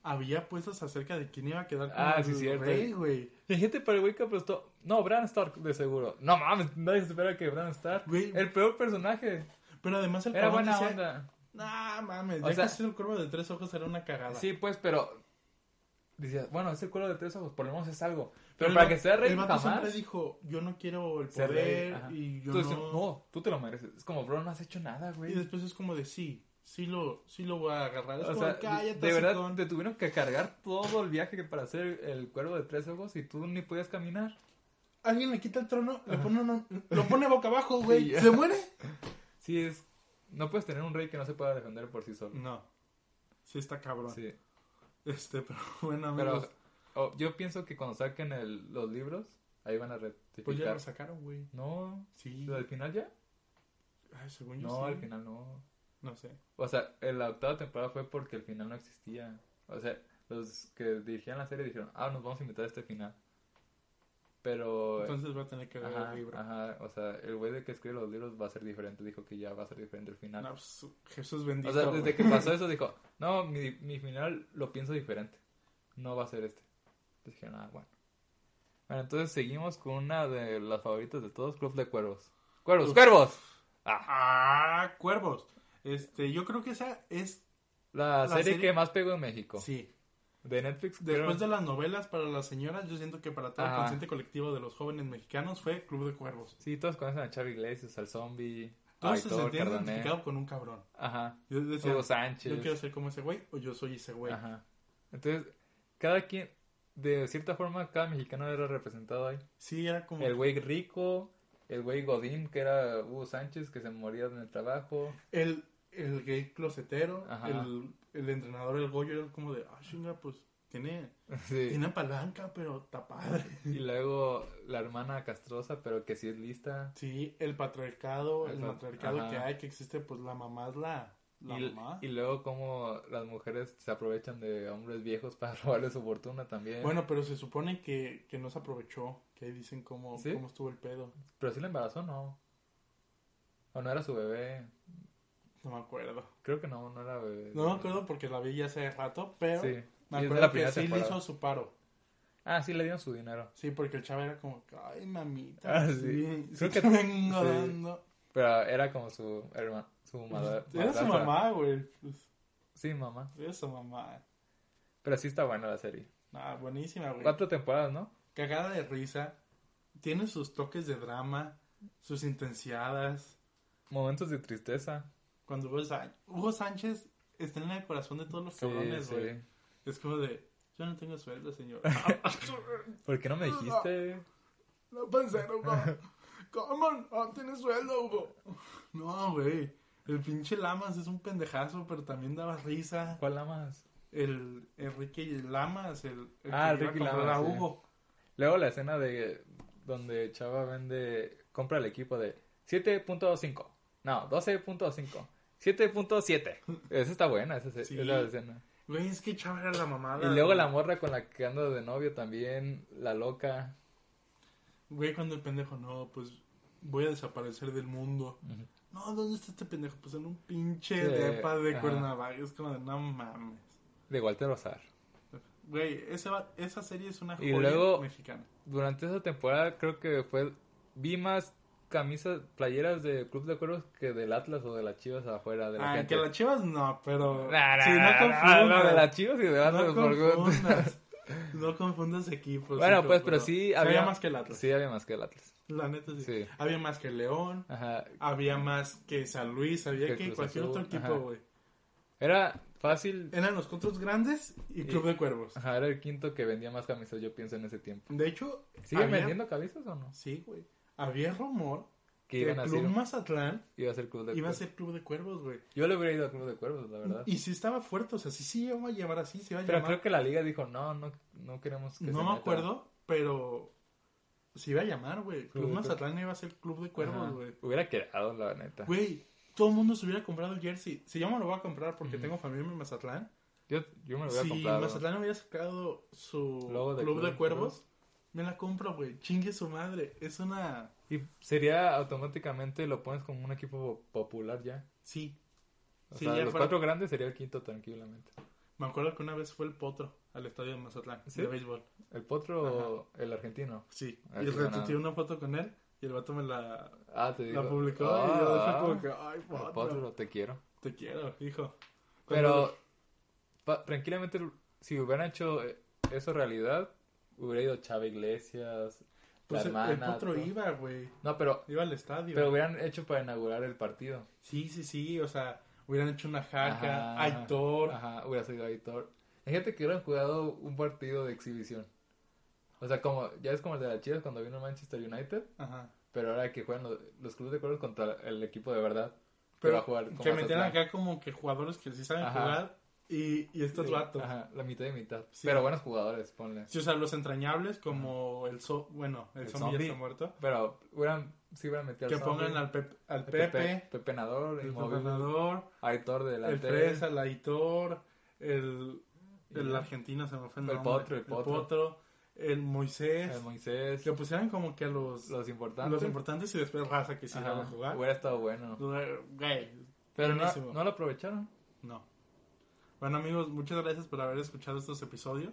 [SPEAKER 3] había puestas acerca de quién iba a quedar como
[SPEAKER 4] Ah,
[SPEAKER 3] el
[SPEAKER 4] sí, cierto.
[SPEAKER 3] rey, güey.
[SPEAKER 4] La gente para el güey que apostó, no, Bran Stark de seguro. No mames, nadie se espera que Bran Stark,
[SPEAKER 3] Güey.
[SPEAKER 4] el peor personaje,
[SPEAKER 3] Pero además el
[SPEAKER 4] era
[SPEAKER 3] cabrón
[SPEAKER 4] buena
[SPEAKER 3] decía,
[SPEAKER 4] onda.
[SPEAKER 3] Nah, mames,
[SPEAKER 4] O
[SPEAKER 3] ya
[SPEAKER 4] sea-
[SPEAKER 3] que es el cuervo de tres ojos era una cagada.
[SPEAKER 4] Sí, pues, pero decía, bueno, es el cuero de tres ojos, por lo menos es algo. Pero,
[SPEAKER 3] el
[SPEAKER 4] para
[SPEAKER 3] va-
[SPEAKER 4] que sea rey
[SPEAKER 3] el vato siempre
[SPEAKER 4] jamás.
[SPEAKER 3] dijo, yo no quiero el
[SPEAKER 4] ser rey,
[SPEAKER 3] poder
[SPEAKER 4] ajá.
[SPEAKER 3] y yo
[SPEAKER 4] Entonces,
[SPEAKER 3] no...
[SPEAKER 4] no, tú te lo mereces. Es como, bro, no has hecho nada,
[SPEAKER 3] Y
[SPEAKER 4] güey.
[SPEAKER 3] después es como de sí, sí lo, sí lo voy a agarrar. Es
[SPEAKER 4] O
[SPEAKER 3] como,
[SPEAKER 4] sea,
[SPEAKER 3] cállate,
[SPEAKER 4] de verdad,
[SPEAKER 3] hocicón".
[SPEAKER 4] te tuvieron que cargar todo el viaje que para hacer el cuervo de tres ojos y tú ni podías caminar.
[SPEAKER 3] Alguien le quita el trono, le pone uno- lo pone boca abajo, güey.
[SPEAKER 4] Sí, ya.
[SPEAKER 3] ¿Se muere?
[SPEAKER 4] Sí, es... No puedes tener un rey que no se pueda defender por sí solo.
[SPEAKER 3] No. Sí está cabrón.
[SPEAKER 4] Sí.
[SPEAKER 3] Este, pero (laughs) bueno, amigos.
[SPEAKER 4] Pero oh, yo pienso que cuando saquen el- los libros, ahí van a rectificar.
[SPEAKER 3] pues ya lo sacaron, güey.
[SPEAKER 4] No.
[SPEAKER 3] Sí.
[SPEAKER 4] ¿Al final ya?
[SPEAKER 3] Ay, según yo
[SPEAKER 4] No,
[SPEAKER 3] sí.
[SPEAKER 4] al final no.
[SPEAKER 3] No sé.
[SPEAKER 4] O sea, en la octava temporada fue porque el final no existía. O sea, los que dirigían la serie dijeron, ah, nos vamos a invitar a este final. Pero...
[SPEAKER 3] Entonces va a tener que ver
[SPEAKER 4] Pues, ajá,
[SPEAKER 3] el libro.
[SPEAKER 4] ajá, o sea, el güey de que escribe los libros va a ser diferente. Dijo que ya va a ser diferente el final.
[SPEAKER 3] No, pues, Jesús bendito.
[SPEAKER 4] O sea, desde
[SPEAKER 3] güey. (laughs)
[SPEAKER 4] que pasó eso dijo, no, mi, mi final lo pienso diferente. No va a ser este. Entonces dije, nada, bueno. Bueno, entonces seguimos con una de las favoritas de todos, Club de Cuervos. ¡Cuervos,
[SPEAKER 3] Uf.
[SPEAKER 4] cuervos!
[SPEAKER 3] Ah, cuervos. Este, yo creo que esa es.
[SPEAKER 4] La,
[SPEAKER 3] La
[SPEAKER 4] serie,
[SPEAKER 3] serie-
[SPEAKER 4] que más pegó en México.
[SPEAKER 3] Sí.
[SPEAKER 4] De Netflix,
[SPEAKER 3] Después
[SPEAKER 4] creo-
[SPEAKER 3] de las novelas para las señoras, yo siento que para todo el
[SPEAKER 4] Ajá.
[SPEAKER 3] consciente colectivo de los jóvenes mexicanos fue Club de Cuervos.
[SPEAKER 4] Sí, todos conocen a Charlie Iglesias, al zombie, a
[SPEAKER 3] Todos se
[SPEAKER 4] Aitor,
[SPEAKER 3] sentían
[SPEAKER 4] Cardané.
[SPEAKER 3] identificados con un cabrón.
[SPEAKER 4] Ajá.
[SPEAKER 3] Yo decía,
[SPEAKER 4] Hugo Sánchez.
[SPEAKER 3] yo quiero ser como ese güey o yo soy ese güey.
[SPEAKER 4] Ajá. Entonces, cada quien, de cierta forma, cada mexicano era representado ahí.
[SPEAKER 3] Sí, era como.
[SPEAKER 4] El güey rico, el güey Godín, que era Hugo Sánchez, que se moría en
[SPEAKER 3] (laughs)
[SPEAKER 4] el trabajo.
[SPEAKER 3] El, el gay closetero,
[SPEAKER 4] Ajá.
[SPEAKER 3] el, el entrenador, el Goyo, era como de, ah, chinga, pues tiene,
[SPEAKER 4] Sí.
[SPEAKER 3] tiene palanca, pero está padre.
[SPEAKER 4] Y luego la hermana castrosa, pero que sí es lista.
[SPEAKER 3] Sí, el patriarcado, el,
[SPEAKER 4] El pat-
[SPEAKER 3] matriarcado
[SPEAKER 4] ajá.
[SPEAKER 3] que hay, que existe, pues la mamá es la, la
[SPEAKER 4] Y,
[SPEAKER 3] mamá.
[SPEAKER 4] y luego como las mujeres se aprovechan de hombres viejos (laughs) para robarle su fortuna también.
[SPEAKER 3] Bueno, pero se supone que, que no se aprovechó, que ahí dicen cómo,
[SPEAKER 4] ¿Sí?
[SPEAKER 3] cómo estuvo el pedo.
[SPEAKER 4] Pero sí la embarazó, ¿no? O no era su bebé.
[SPEAKER 3] No me acuerdo.
[SPEAKER 4] Creo que no, no era bebé.
[SPEAKER 3] No me acuerdo porque la vi ya hace rato, pero
[SPEAKER 4] Sí.
[SPEAKER 3] me
[SPEAKER 4] Y es de
[SPEAKER 3] acuerdo
[SPEAKER 4] la
[SPEAKER 3] que
[SPEAKER 4] primera
[SPEAKER 3] sí le
[SPEAKER 4] temporada.
[SPEAKER 3] hizo su paro.
[SPEAKER 4] Ah, sí, le dieron su dinero.
[SPEAKER 3] Sí, porque el chavo era como, ay, mamita.
[SPEAKER 4] Ah, sí.
[SPEAKER 3] sí, sí
[SPEAKER 4] Creo
[SPEAKER 3] te
[SPEAKER 4] que-
[SPEAKER 3] vengo
[SPEAKER 4] sí.
[SPEAKER 3] dando.
[SPEAKER 4] Pero era como su hermano, su madre.
[SPEAKER 3] Pues, Era su mamá, güey. Pues,
[SPEAKER 4] Sí, mamá.
[SPEAKER 3] era su mamá.
[SPEAKER 4] Pero sí está buena la serie.
[SPEAKER 3] Nah, buenísima, güey.
[SPEAKER 4] Cuatro temporadas, ¿no?
[SPEAKER 3] Cagada de risa. Tiene sus toques de drama, sus intensiadas.
[SPEAKER 4] Momentos de tristeza.
[SPEAKER 3] Cuando Hugo Sánchez, Hugo Sánchez está en el corazón de todos los
[SPEAKER 4] Sí,
[SPEAKER 3] cabrones,
[SPEAKER 4] sí.
[SPEAKER 3] güey. Es como de, yo no tengo sueldo, señor. (laughs)
[SPEAKER 4] ¿Por qué no me dijiste?
[SPEAKER 3] no pensé, Hugo. ¿Cómo? No tienes sueldo, Hugo. No, güey. El pinche Lamas es un pendejazo, pero también daba risa.
[SPEAKER 4] ¿Cuál la más?
[SPEAKER 3] El Enrique Lamas, el, el
[SPEAKER 4] Ah, el
[SPEAKER 3] que iba a
[SPEAKER 4] Ricky
[SPEAKER 3] comprar
[SPEAKER 4] Lamas,
[SPEAKER 3] a
[SPEAKER 4] sí.
[SPEAKER 3] Hugo.
[SPEAKER 4] Luego la escena de donde Chava vende, compra el equipo de 7.5. No, 12.5. 7.7. Esa está buena, esa, se-
[SPEAKER 3] Sí.
[SPEAKER 4] esa escena.
[SPEAKER 3] Güey, es que Chava era la mamada.
[SPEAKER 4] Y luego
[SPEAKER 3] güey.
[SPEAKER 4] la morra con la que anda de novio también, la loca.
[SPEAKER 3] Güey, cuando el pendejo, no, pues voy a desaparecer del mundo. No, ¿dónde está este pendejo? Pues en un pinche
[SPEAKER 4] Sí,
[SPEAKER 3] depa de
[SPEAKER 4] ajá.
[SPEAKER 3] Cuernavaca. Es como de, no mames.
[SPEAKER 4] De Walter Ozar.
[SPEAKER 3] Güey, ese va- esa serie es una
[SPEAKER 4] Y
[SPEAKER 3] joya
[SPEAKER 4] luego-
[SPEAKER 3] mexicana.
[SPEAKER 4] Durante esa temporada creo que fue... Vi más camisas, playeras de Club de Cuervos que del Atlas o de las Chivas afuera de la
[SPEAKER 3] Ah,
[SPEAKER 4] gente.
[SPEAKER 3] que las chivas no, pero...
[SPEAKER 4] Nah, nah,
[SPEAKER 3] sí, no
[SPEAKER 4] nah,
[SPEAKER 3] confundas.
[SPEAKER 4] nah, de las Chivas y de Atlas.
[SPEAKER 3] no
[SPEAKER 4] por gusto.
[SPEAKER 3] confundas. no confundas equipos.
[SPEAKER 4] (laughs) Bueno,
[SPEAKER 3] hijo,
[SPEAKER 4] pues, pero sí había...
[SPEAKER 3] más que el Atlas.
[SPEAKER 4] Sí, había más que el Atlas.
[SPEAKER 3] La neta sí.
[SPEAKER 4] Sí.
[SPEAKER 3] Había más que León.
[SPEAKER 4] Ajá.
[SPEAKER 3] Había más que San Luis. Había
[SPEAKER 4] Que
[SPEAKER 3] que,
[SPEAKER 4] Cruz
[SPEAKER 3] cualquier
[SPEAKER 4] Azul,
[SPEAKER 3] otro equipo,
[SPEAKER 4] ajá.
[SPEAKER 3] güey.
[SPEAKER 4] Era fácil.
[SPEAKER 3] Eran los contras grandes y Club
[SPEAKER 4] Y-
[SPEAKER 3] de Cuervos.
[SPEAKER 4] Eh, Ajá, era el quinto que vendía más camisas, yo pienso, en ese tiempo.
[SPEAKER 3] De hecho,
[SPEAKER 4] ¿Siguen
[SPEAKER 3] había-
[SPEAKER 4] vendiendo camisas o no?
[SPEAKER 3] Sí, güey. Había rumor
[SPEAKER 4] Que
[SPEAKER 3] que el
[SPEAKER 4] iban a
[SPEAKER 3] Club
[SPEAKER 4] ser,
[SPEAKER 3] Mazatlán
[SPEAKER 4] iba a ser Club de
[SPEAKER 3] iba a
[SPEAKER 4] Cuervos.
[SPEAKER 3] ser Club de Cuervos, güey.
[SPEAKER 4] Yo le hubiera ido a Club de Cuervos, la verdad.
[SPEAKER 3] Y si estaba fuerte, o sea, sí sí iba a llevar así, se iba a
[SPEAKER 4] Pero
[SPEAKER 3] llamar.
[SPEAKER 4] creo que la liga dijo, no, no, no queremos que se
[SPEAKER 3] no me
[SPEAKER 4] meta".
[SPEAKER 3] acuerdo, pero se iba a llamar, güey.
[SPEAKER 4] Club
[SPEAKER 3] Club
[SPEAKER 4] de
[SPEAKER 3] Mazatlán iba a ser Club de
[SPEAKER 4] Ajá.
[SPEAKER 3] Cuervos, güey.
[SPEAKER 4] Hubiera quedado, la neta.
[SPEAKER 3] Güey, todo el mundo se hubiera comprado el jersey. Si yo me lo voy a comprar porque tengo familia en Mazatlán.
[SPEAKER 4] Yo, yo me lo hubiera
[SPEAKER 3] Si
[SPEAKER 4] comprado.
[SPEAKER 3] Mazatlán hubiera sacado su
[SPEAKER 4] Logo de
[SPEAKER 3] Club,
[SPEAKER 4] Club
[SPEAKER 3] de
[SPEAKER 4] de
[SPEAKER 3] Cuervos, me la compro, güey. Chingue su madre. Es una...
[SPEAKER 4] Y sería automáticamente lo pones como un equipo popular ya.
[SPEAKER 3] Sí.
[SPEAKER 4] O
[SPEAKER 3] Sí,
[SPEAKER 4] sea,
[SPEAKER 3] ya
[SPEAKER 4] los
[SPEAKER 3] fuera-
[SPEAKER 4] cuatro grandes sería el quinto tranquilamente.
[SPEAKER 3] Me acuerdo que una vez fue el potro al estadio de Mazatlán
[SPEAKER 4] ¿Sí?
[SPEAKER 3] de béisbol.
[SPEAKER 4] El potro, o el argentino.
[SPEAKER 3] Sí.
[SPEAKER 4] Ah,
[SPEAKER 3] y
[SPEAKER 4] qué
[SPEAKER 3] retuiteé
[SPEAKER 4] ganado.
[SPEAKER 3] una foto con él y el vato me la,
[SPEAKER 4] Ah, te digo.
[SPEAKER 3] la publicó y yo
[SPEAKER 4] Ah,
[SPEAKER 3] fue como que, ay,
[SPEAKER 4] el
[SPEAKER 3] potro,
[SPEAKER 4] potro, te quiero.
[SPEAKER 3] te quiero, hijo.
[SPEAKER 4] Pero pa- tranquilamente, si hubieran hecho eh, eso realidad, hubiera ido Chava Iglesias,
[SPEAKER 3] Pues
[SPEAKER 4] la
[SPEAKER 3] el,
[SPEAKER 4] hermana.
[SPEAKER 3] el potro
[SPEAKER 4] todo.
[SPEAKER 3] iba, güey.
[SPEAKER 4] No, pero,
[SPEAKER 3] Iba al estadio.
[SPEAKER 4] pero hubieran hecho para inaugurar el partido.
[SPEAKER 3] Sí, sí, sí. O sea, hubieran hecho una jaca,
[SPEAKER 4] Ajá.
[SPEAKER 3] Aitor.
[SPEAKER 4] Ajá, hubiera sido Aitor. Fíjate que hubieran jugado un partido de exhibición. O sea, como ya es como el de las Chivas cuando vino Manchester United,
[SPEAKER 3] Ajá.
[SPEAKER 4] pero ahora que juegan los, los clubes de cuervos contra el equipo de verdad. que va
[SPEAKER 3] Pero
[SPEAKER 4] a jugar con
[SPEAKER 3] que metieron
[SPEAKER 4] Mazatlán.
[SPEAKER 3] acá como que jugadores que sí saben
[SPEAKER 4] Ajá.
[SPEAKER 3] jugar y, y estos
[SPEAKER 4] Sí,
[SPEAKER 3] vatos.
[SPEAKER 4] Ajá, la mitad y mitad.
[SPEAKER 3] Sí.
[SPEAKER 4] Pero buenos jugadores, ponle.
[SPEAKER 3] Sí, o sea, los entrañables como el so bueno, el,
[SPEAKER 4] El
[SPEAKER 3] zombie,
[SPEAKER 4] zombie.
[SPEAKER 3] ya está muerto.
[SPEAKER 4] Pero hubieran, sí hubieran metido al
[SPEAKER 3] Que
[SPEAKER 4] zombie.
[SPEAKER 3] pongan al, Pep- al
[SPEAKER 4] El Pepe,
[SPEAKER 3] Pepe,
[SPEAKER 4] Pepe Nador,
[SPEAKER 3] el
[SPEAKER 4] Inmóvil,
[SPEAKER 3] gobernador,
[SPEAKER 4] Aitor
[SPEAKER 3] el
[SPEAKER 4] delantero.
[SPEAKER 3] Fresa, el Aitor, el, el
[SPEAKER 4] Y-
[SPEAKER 3] argentino se me fue el
[SPEAKER 4] el
[SPEAKER 3] nombre,
[SPEAKER 4] Potro, el Potro.
[SPEAKER 3] el Moisés,
[SPEAKER 4] el Moisés,
[SPEAKER 3] que pusieran como que a los,
[SPEAKER 4] los importantes.
[SPEAKER 3] los importantes y después raza que
[SPEAKER 4] Ajá,
[SPEAKER 3] hicieron jugar.
[SPEAKER 4] Hubiera estado bueno.
[SPEAKER 3] Güey,
[SPEAKER 4] Pero no,
[SPEAKER 3] buenísimo.
[SPEAKER 4] no lo aprovecharon.
[SPEAKER 3] no. Bueno amigos, muchas gracias por haber escuchado estos episodios.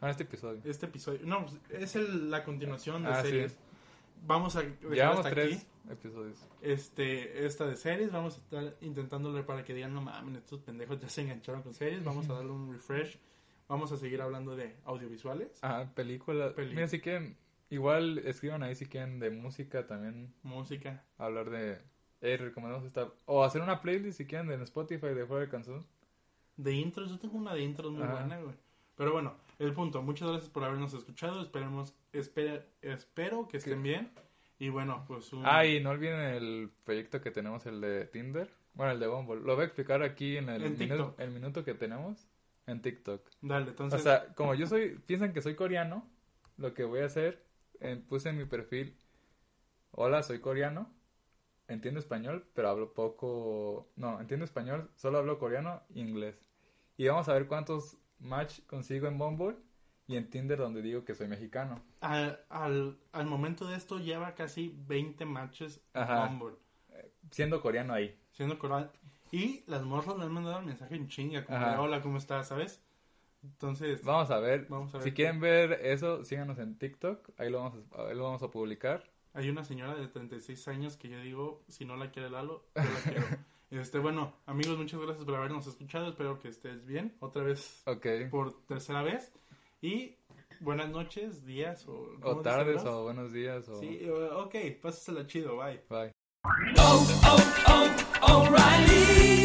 [SPEAKER 4] En este episodio.
[SPEAKER 3] Este episodio, no, pues, es el- la continuación de
[SPEAKER 4] Ah, sí.
[SPEAKER 3] series. Vamos a dejar
[SPEAKER 4] Llevamos
[SPEAKER 3] hasta
[SPEAKER 4] tres
[SPEAKER 3] aquí
[SPEAKER 4] episodios.
[SPEAKER 3] este, esta de series. Vamos a estar intentándole para que digan, no mames, estos pendejos ya se engancharon con series. Vamos a darle un refresh. Vamos a seguir hablando de audiovisuales,
[SPEAKER 4] Ajá, películas.
[SPEAKER 3] Peli-
[SPEAKER 4] Mira, si quieren, igual escriban ahí si quieren de música también.
[SPEAKER 3] música.
[SPEAKER 4] Hablar de. Eh, recomendamos esta. O hacer una playlist si quieren en Spotify de fuera de canción.
[SPEAKER 3] De intros, yo tengo una de intros muy
[SPEAKER 4] Ajá.
[SPEAKER 3] buena, güey. Pero bueno, el punto. Muchas gracias por habernos escuchado. Esperemos, espera, espero que estén
[SPEAKER 4] Que-
[SPEAKER 3] bien. Y bueno, pues un...
[SPEAKER 4] Ah, y no olviden el proyecto que tenemos, el de Tinder. Bueno, el de Bumble. Lo voy a explicar aquí en el,
[SPEAKER 3] En
[SPEAKER 4] minu-
[SPEAKER 3] TikTok.
[SPEAKER 4] el minuto que tenemos en TikTok.
[SPEAKER 3] Dale,
[SPEAKER 4] O
[SPEAKER 3] entonces...
[SPEAKER 4] sea, como yo soy, piensan que soy coreano, lo que voy a hacer, eh, puse en mi perfil, hola, soy coreano, entiendo español, pero hablo poco, no, entiendo español, solo hablo coreano e inglés. Y vamos a ver cuántos match consigo en Bumble y en Tinder donde digo que soy mexicano.
[SPEAKER 3] al, al, al momento de esto lleva casi 20 matches en
[SPEAKER 4] Ajá.
[SPEAKER 3] Bumble,
[SPEAKER 4] Siendo coreano ahí.
[SPEAKER 3] siendo coral. Y las morras le han mandado el mensaje en chinga, como
[SPEAKER 4] Ajá.
[SPEAKER 3] de, hola, ¿cómo estás? ¿Sabes? Entonces,
[SPEAKER 4] Vamos a ver.
[SPEAKER 3] Vamos a ver.
[SPEAKER 4] Si quieren ver eso, síganos en TikTok, ahí lo vamos a, ahí lo vamos a publicar.
[SPEAKER 3] hay una señora de 36 años que yo digo, si no la quiere Lalo, yo la quiero.
[SPEAKER 4] (laughs)
[SPEAKER 3] Este, bueno, amigos, muchas gracias por habernos escuchado. Espero que estés bien, otra vez,
[SPEAKER 4] Ok.
[SPEAKER 3] por tercera vez. Y buenas noches, días o...
[SPEAKER 4] O
[SPEAKER 3] ¿cómo
[SPEAKER 4] tardes,
[SPEAKER 3] decirlo?
[SPEAKER 4] o buenos días, o...
[SPEAKER 3] Sí, ok, pásasela chido, bye.
[SPEAKER 4] Bye.
[SPEAKER 5] oh, oh, O'Reilly.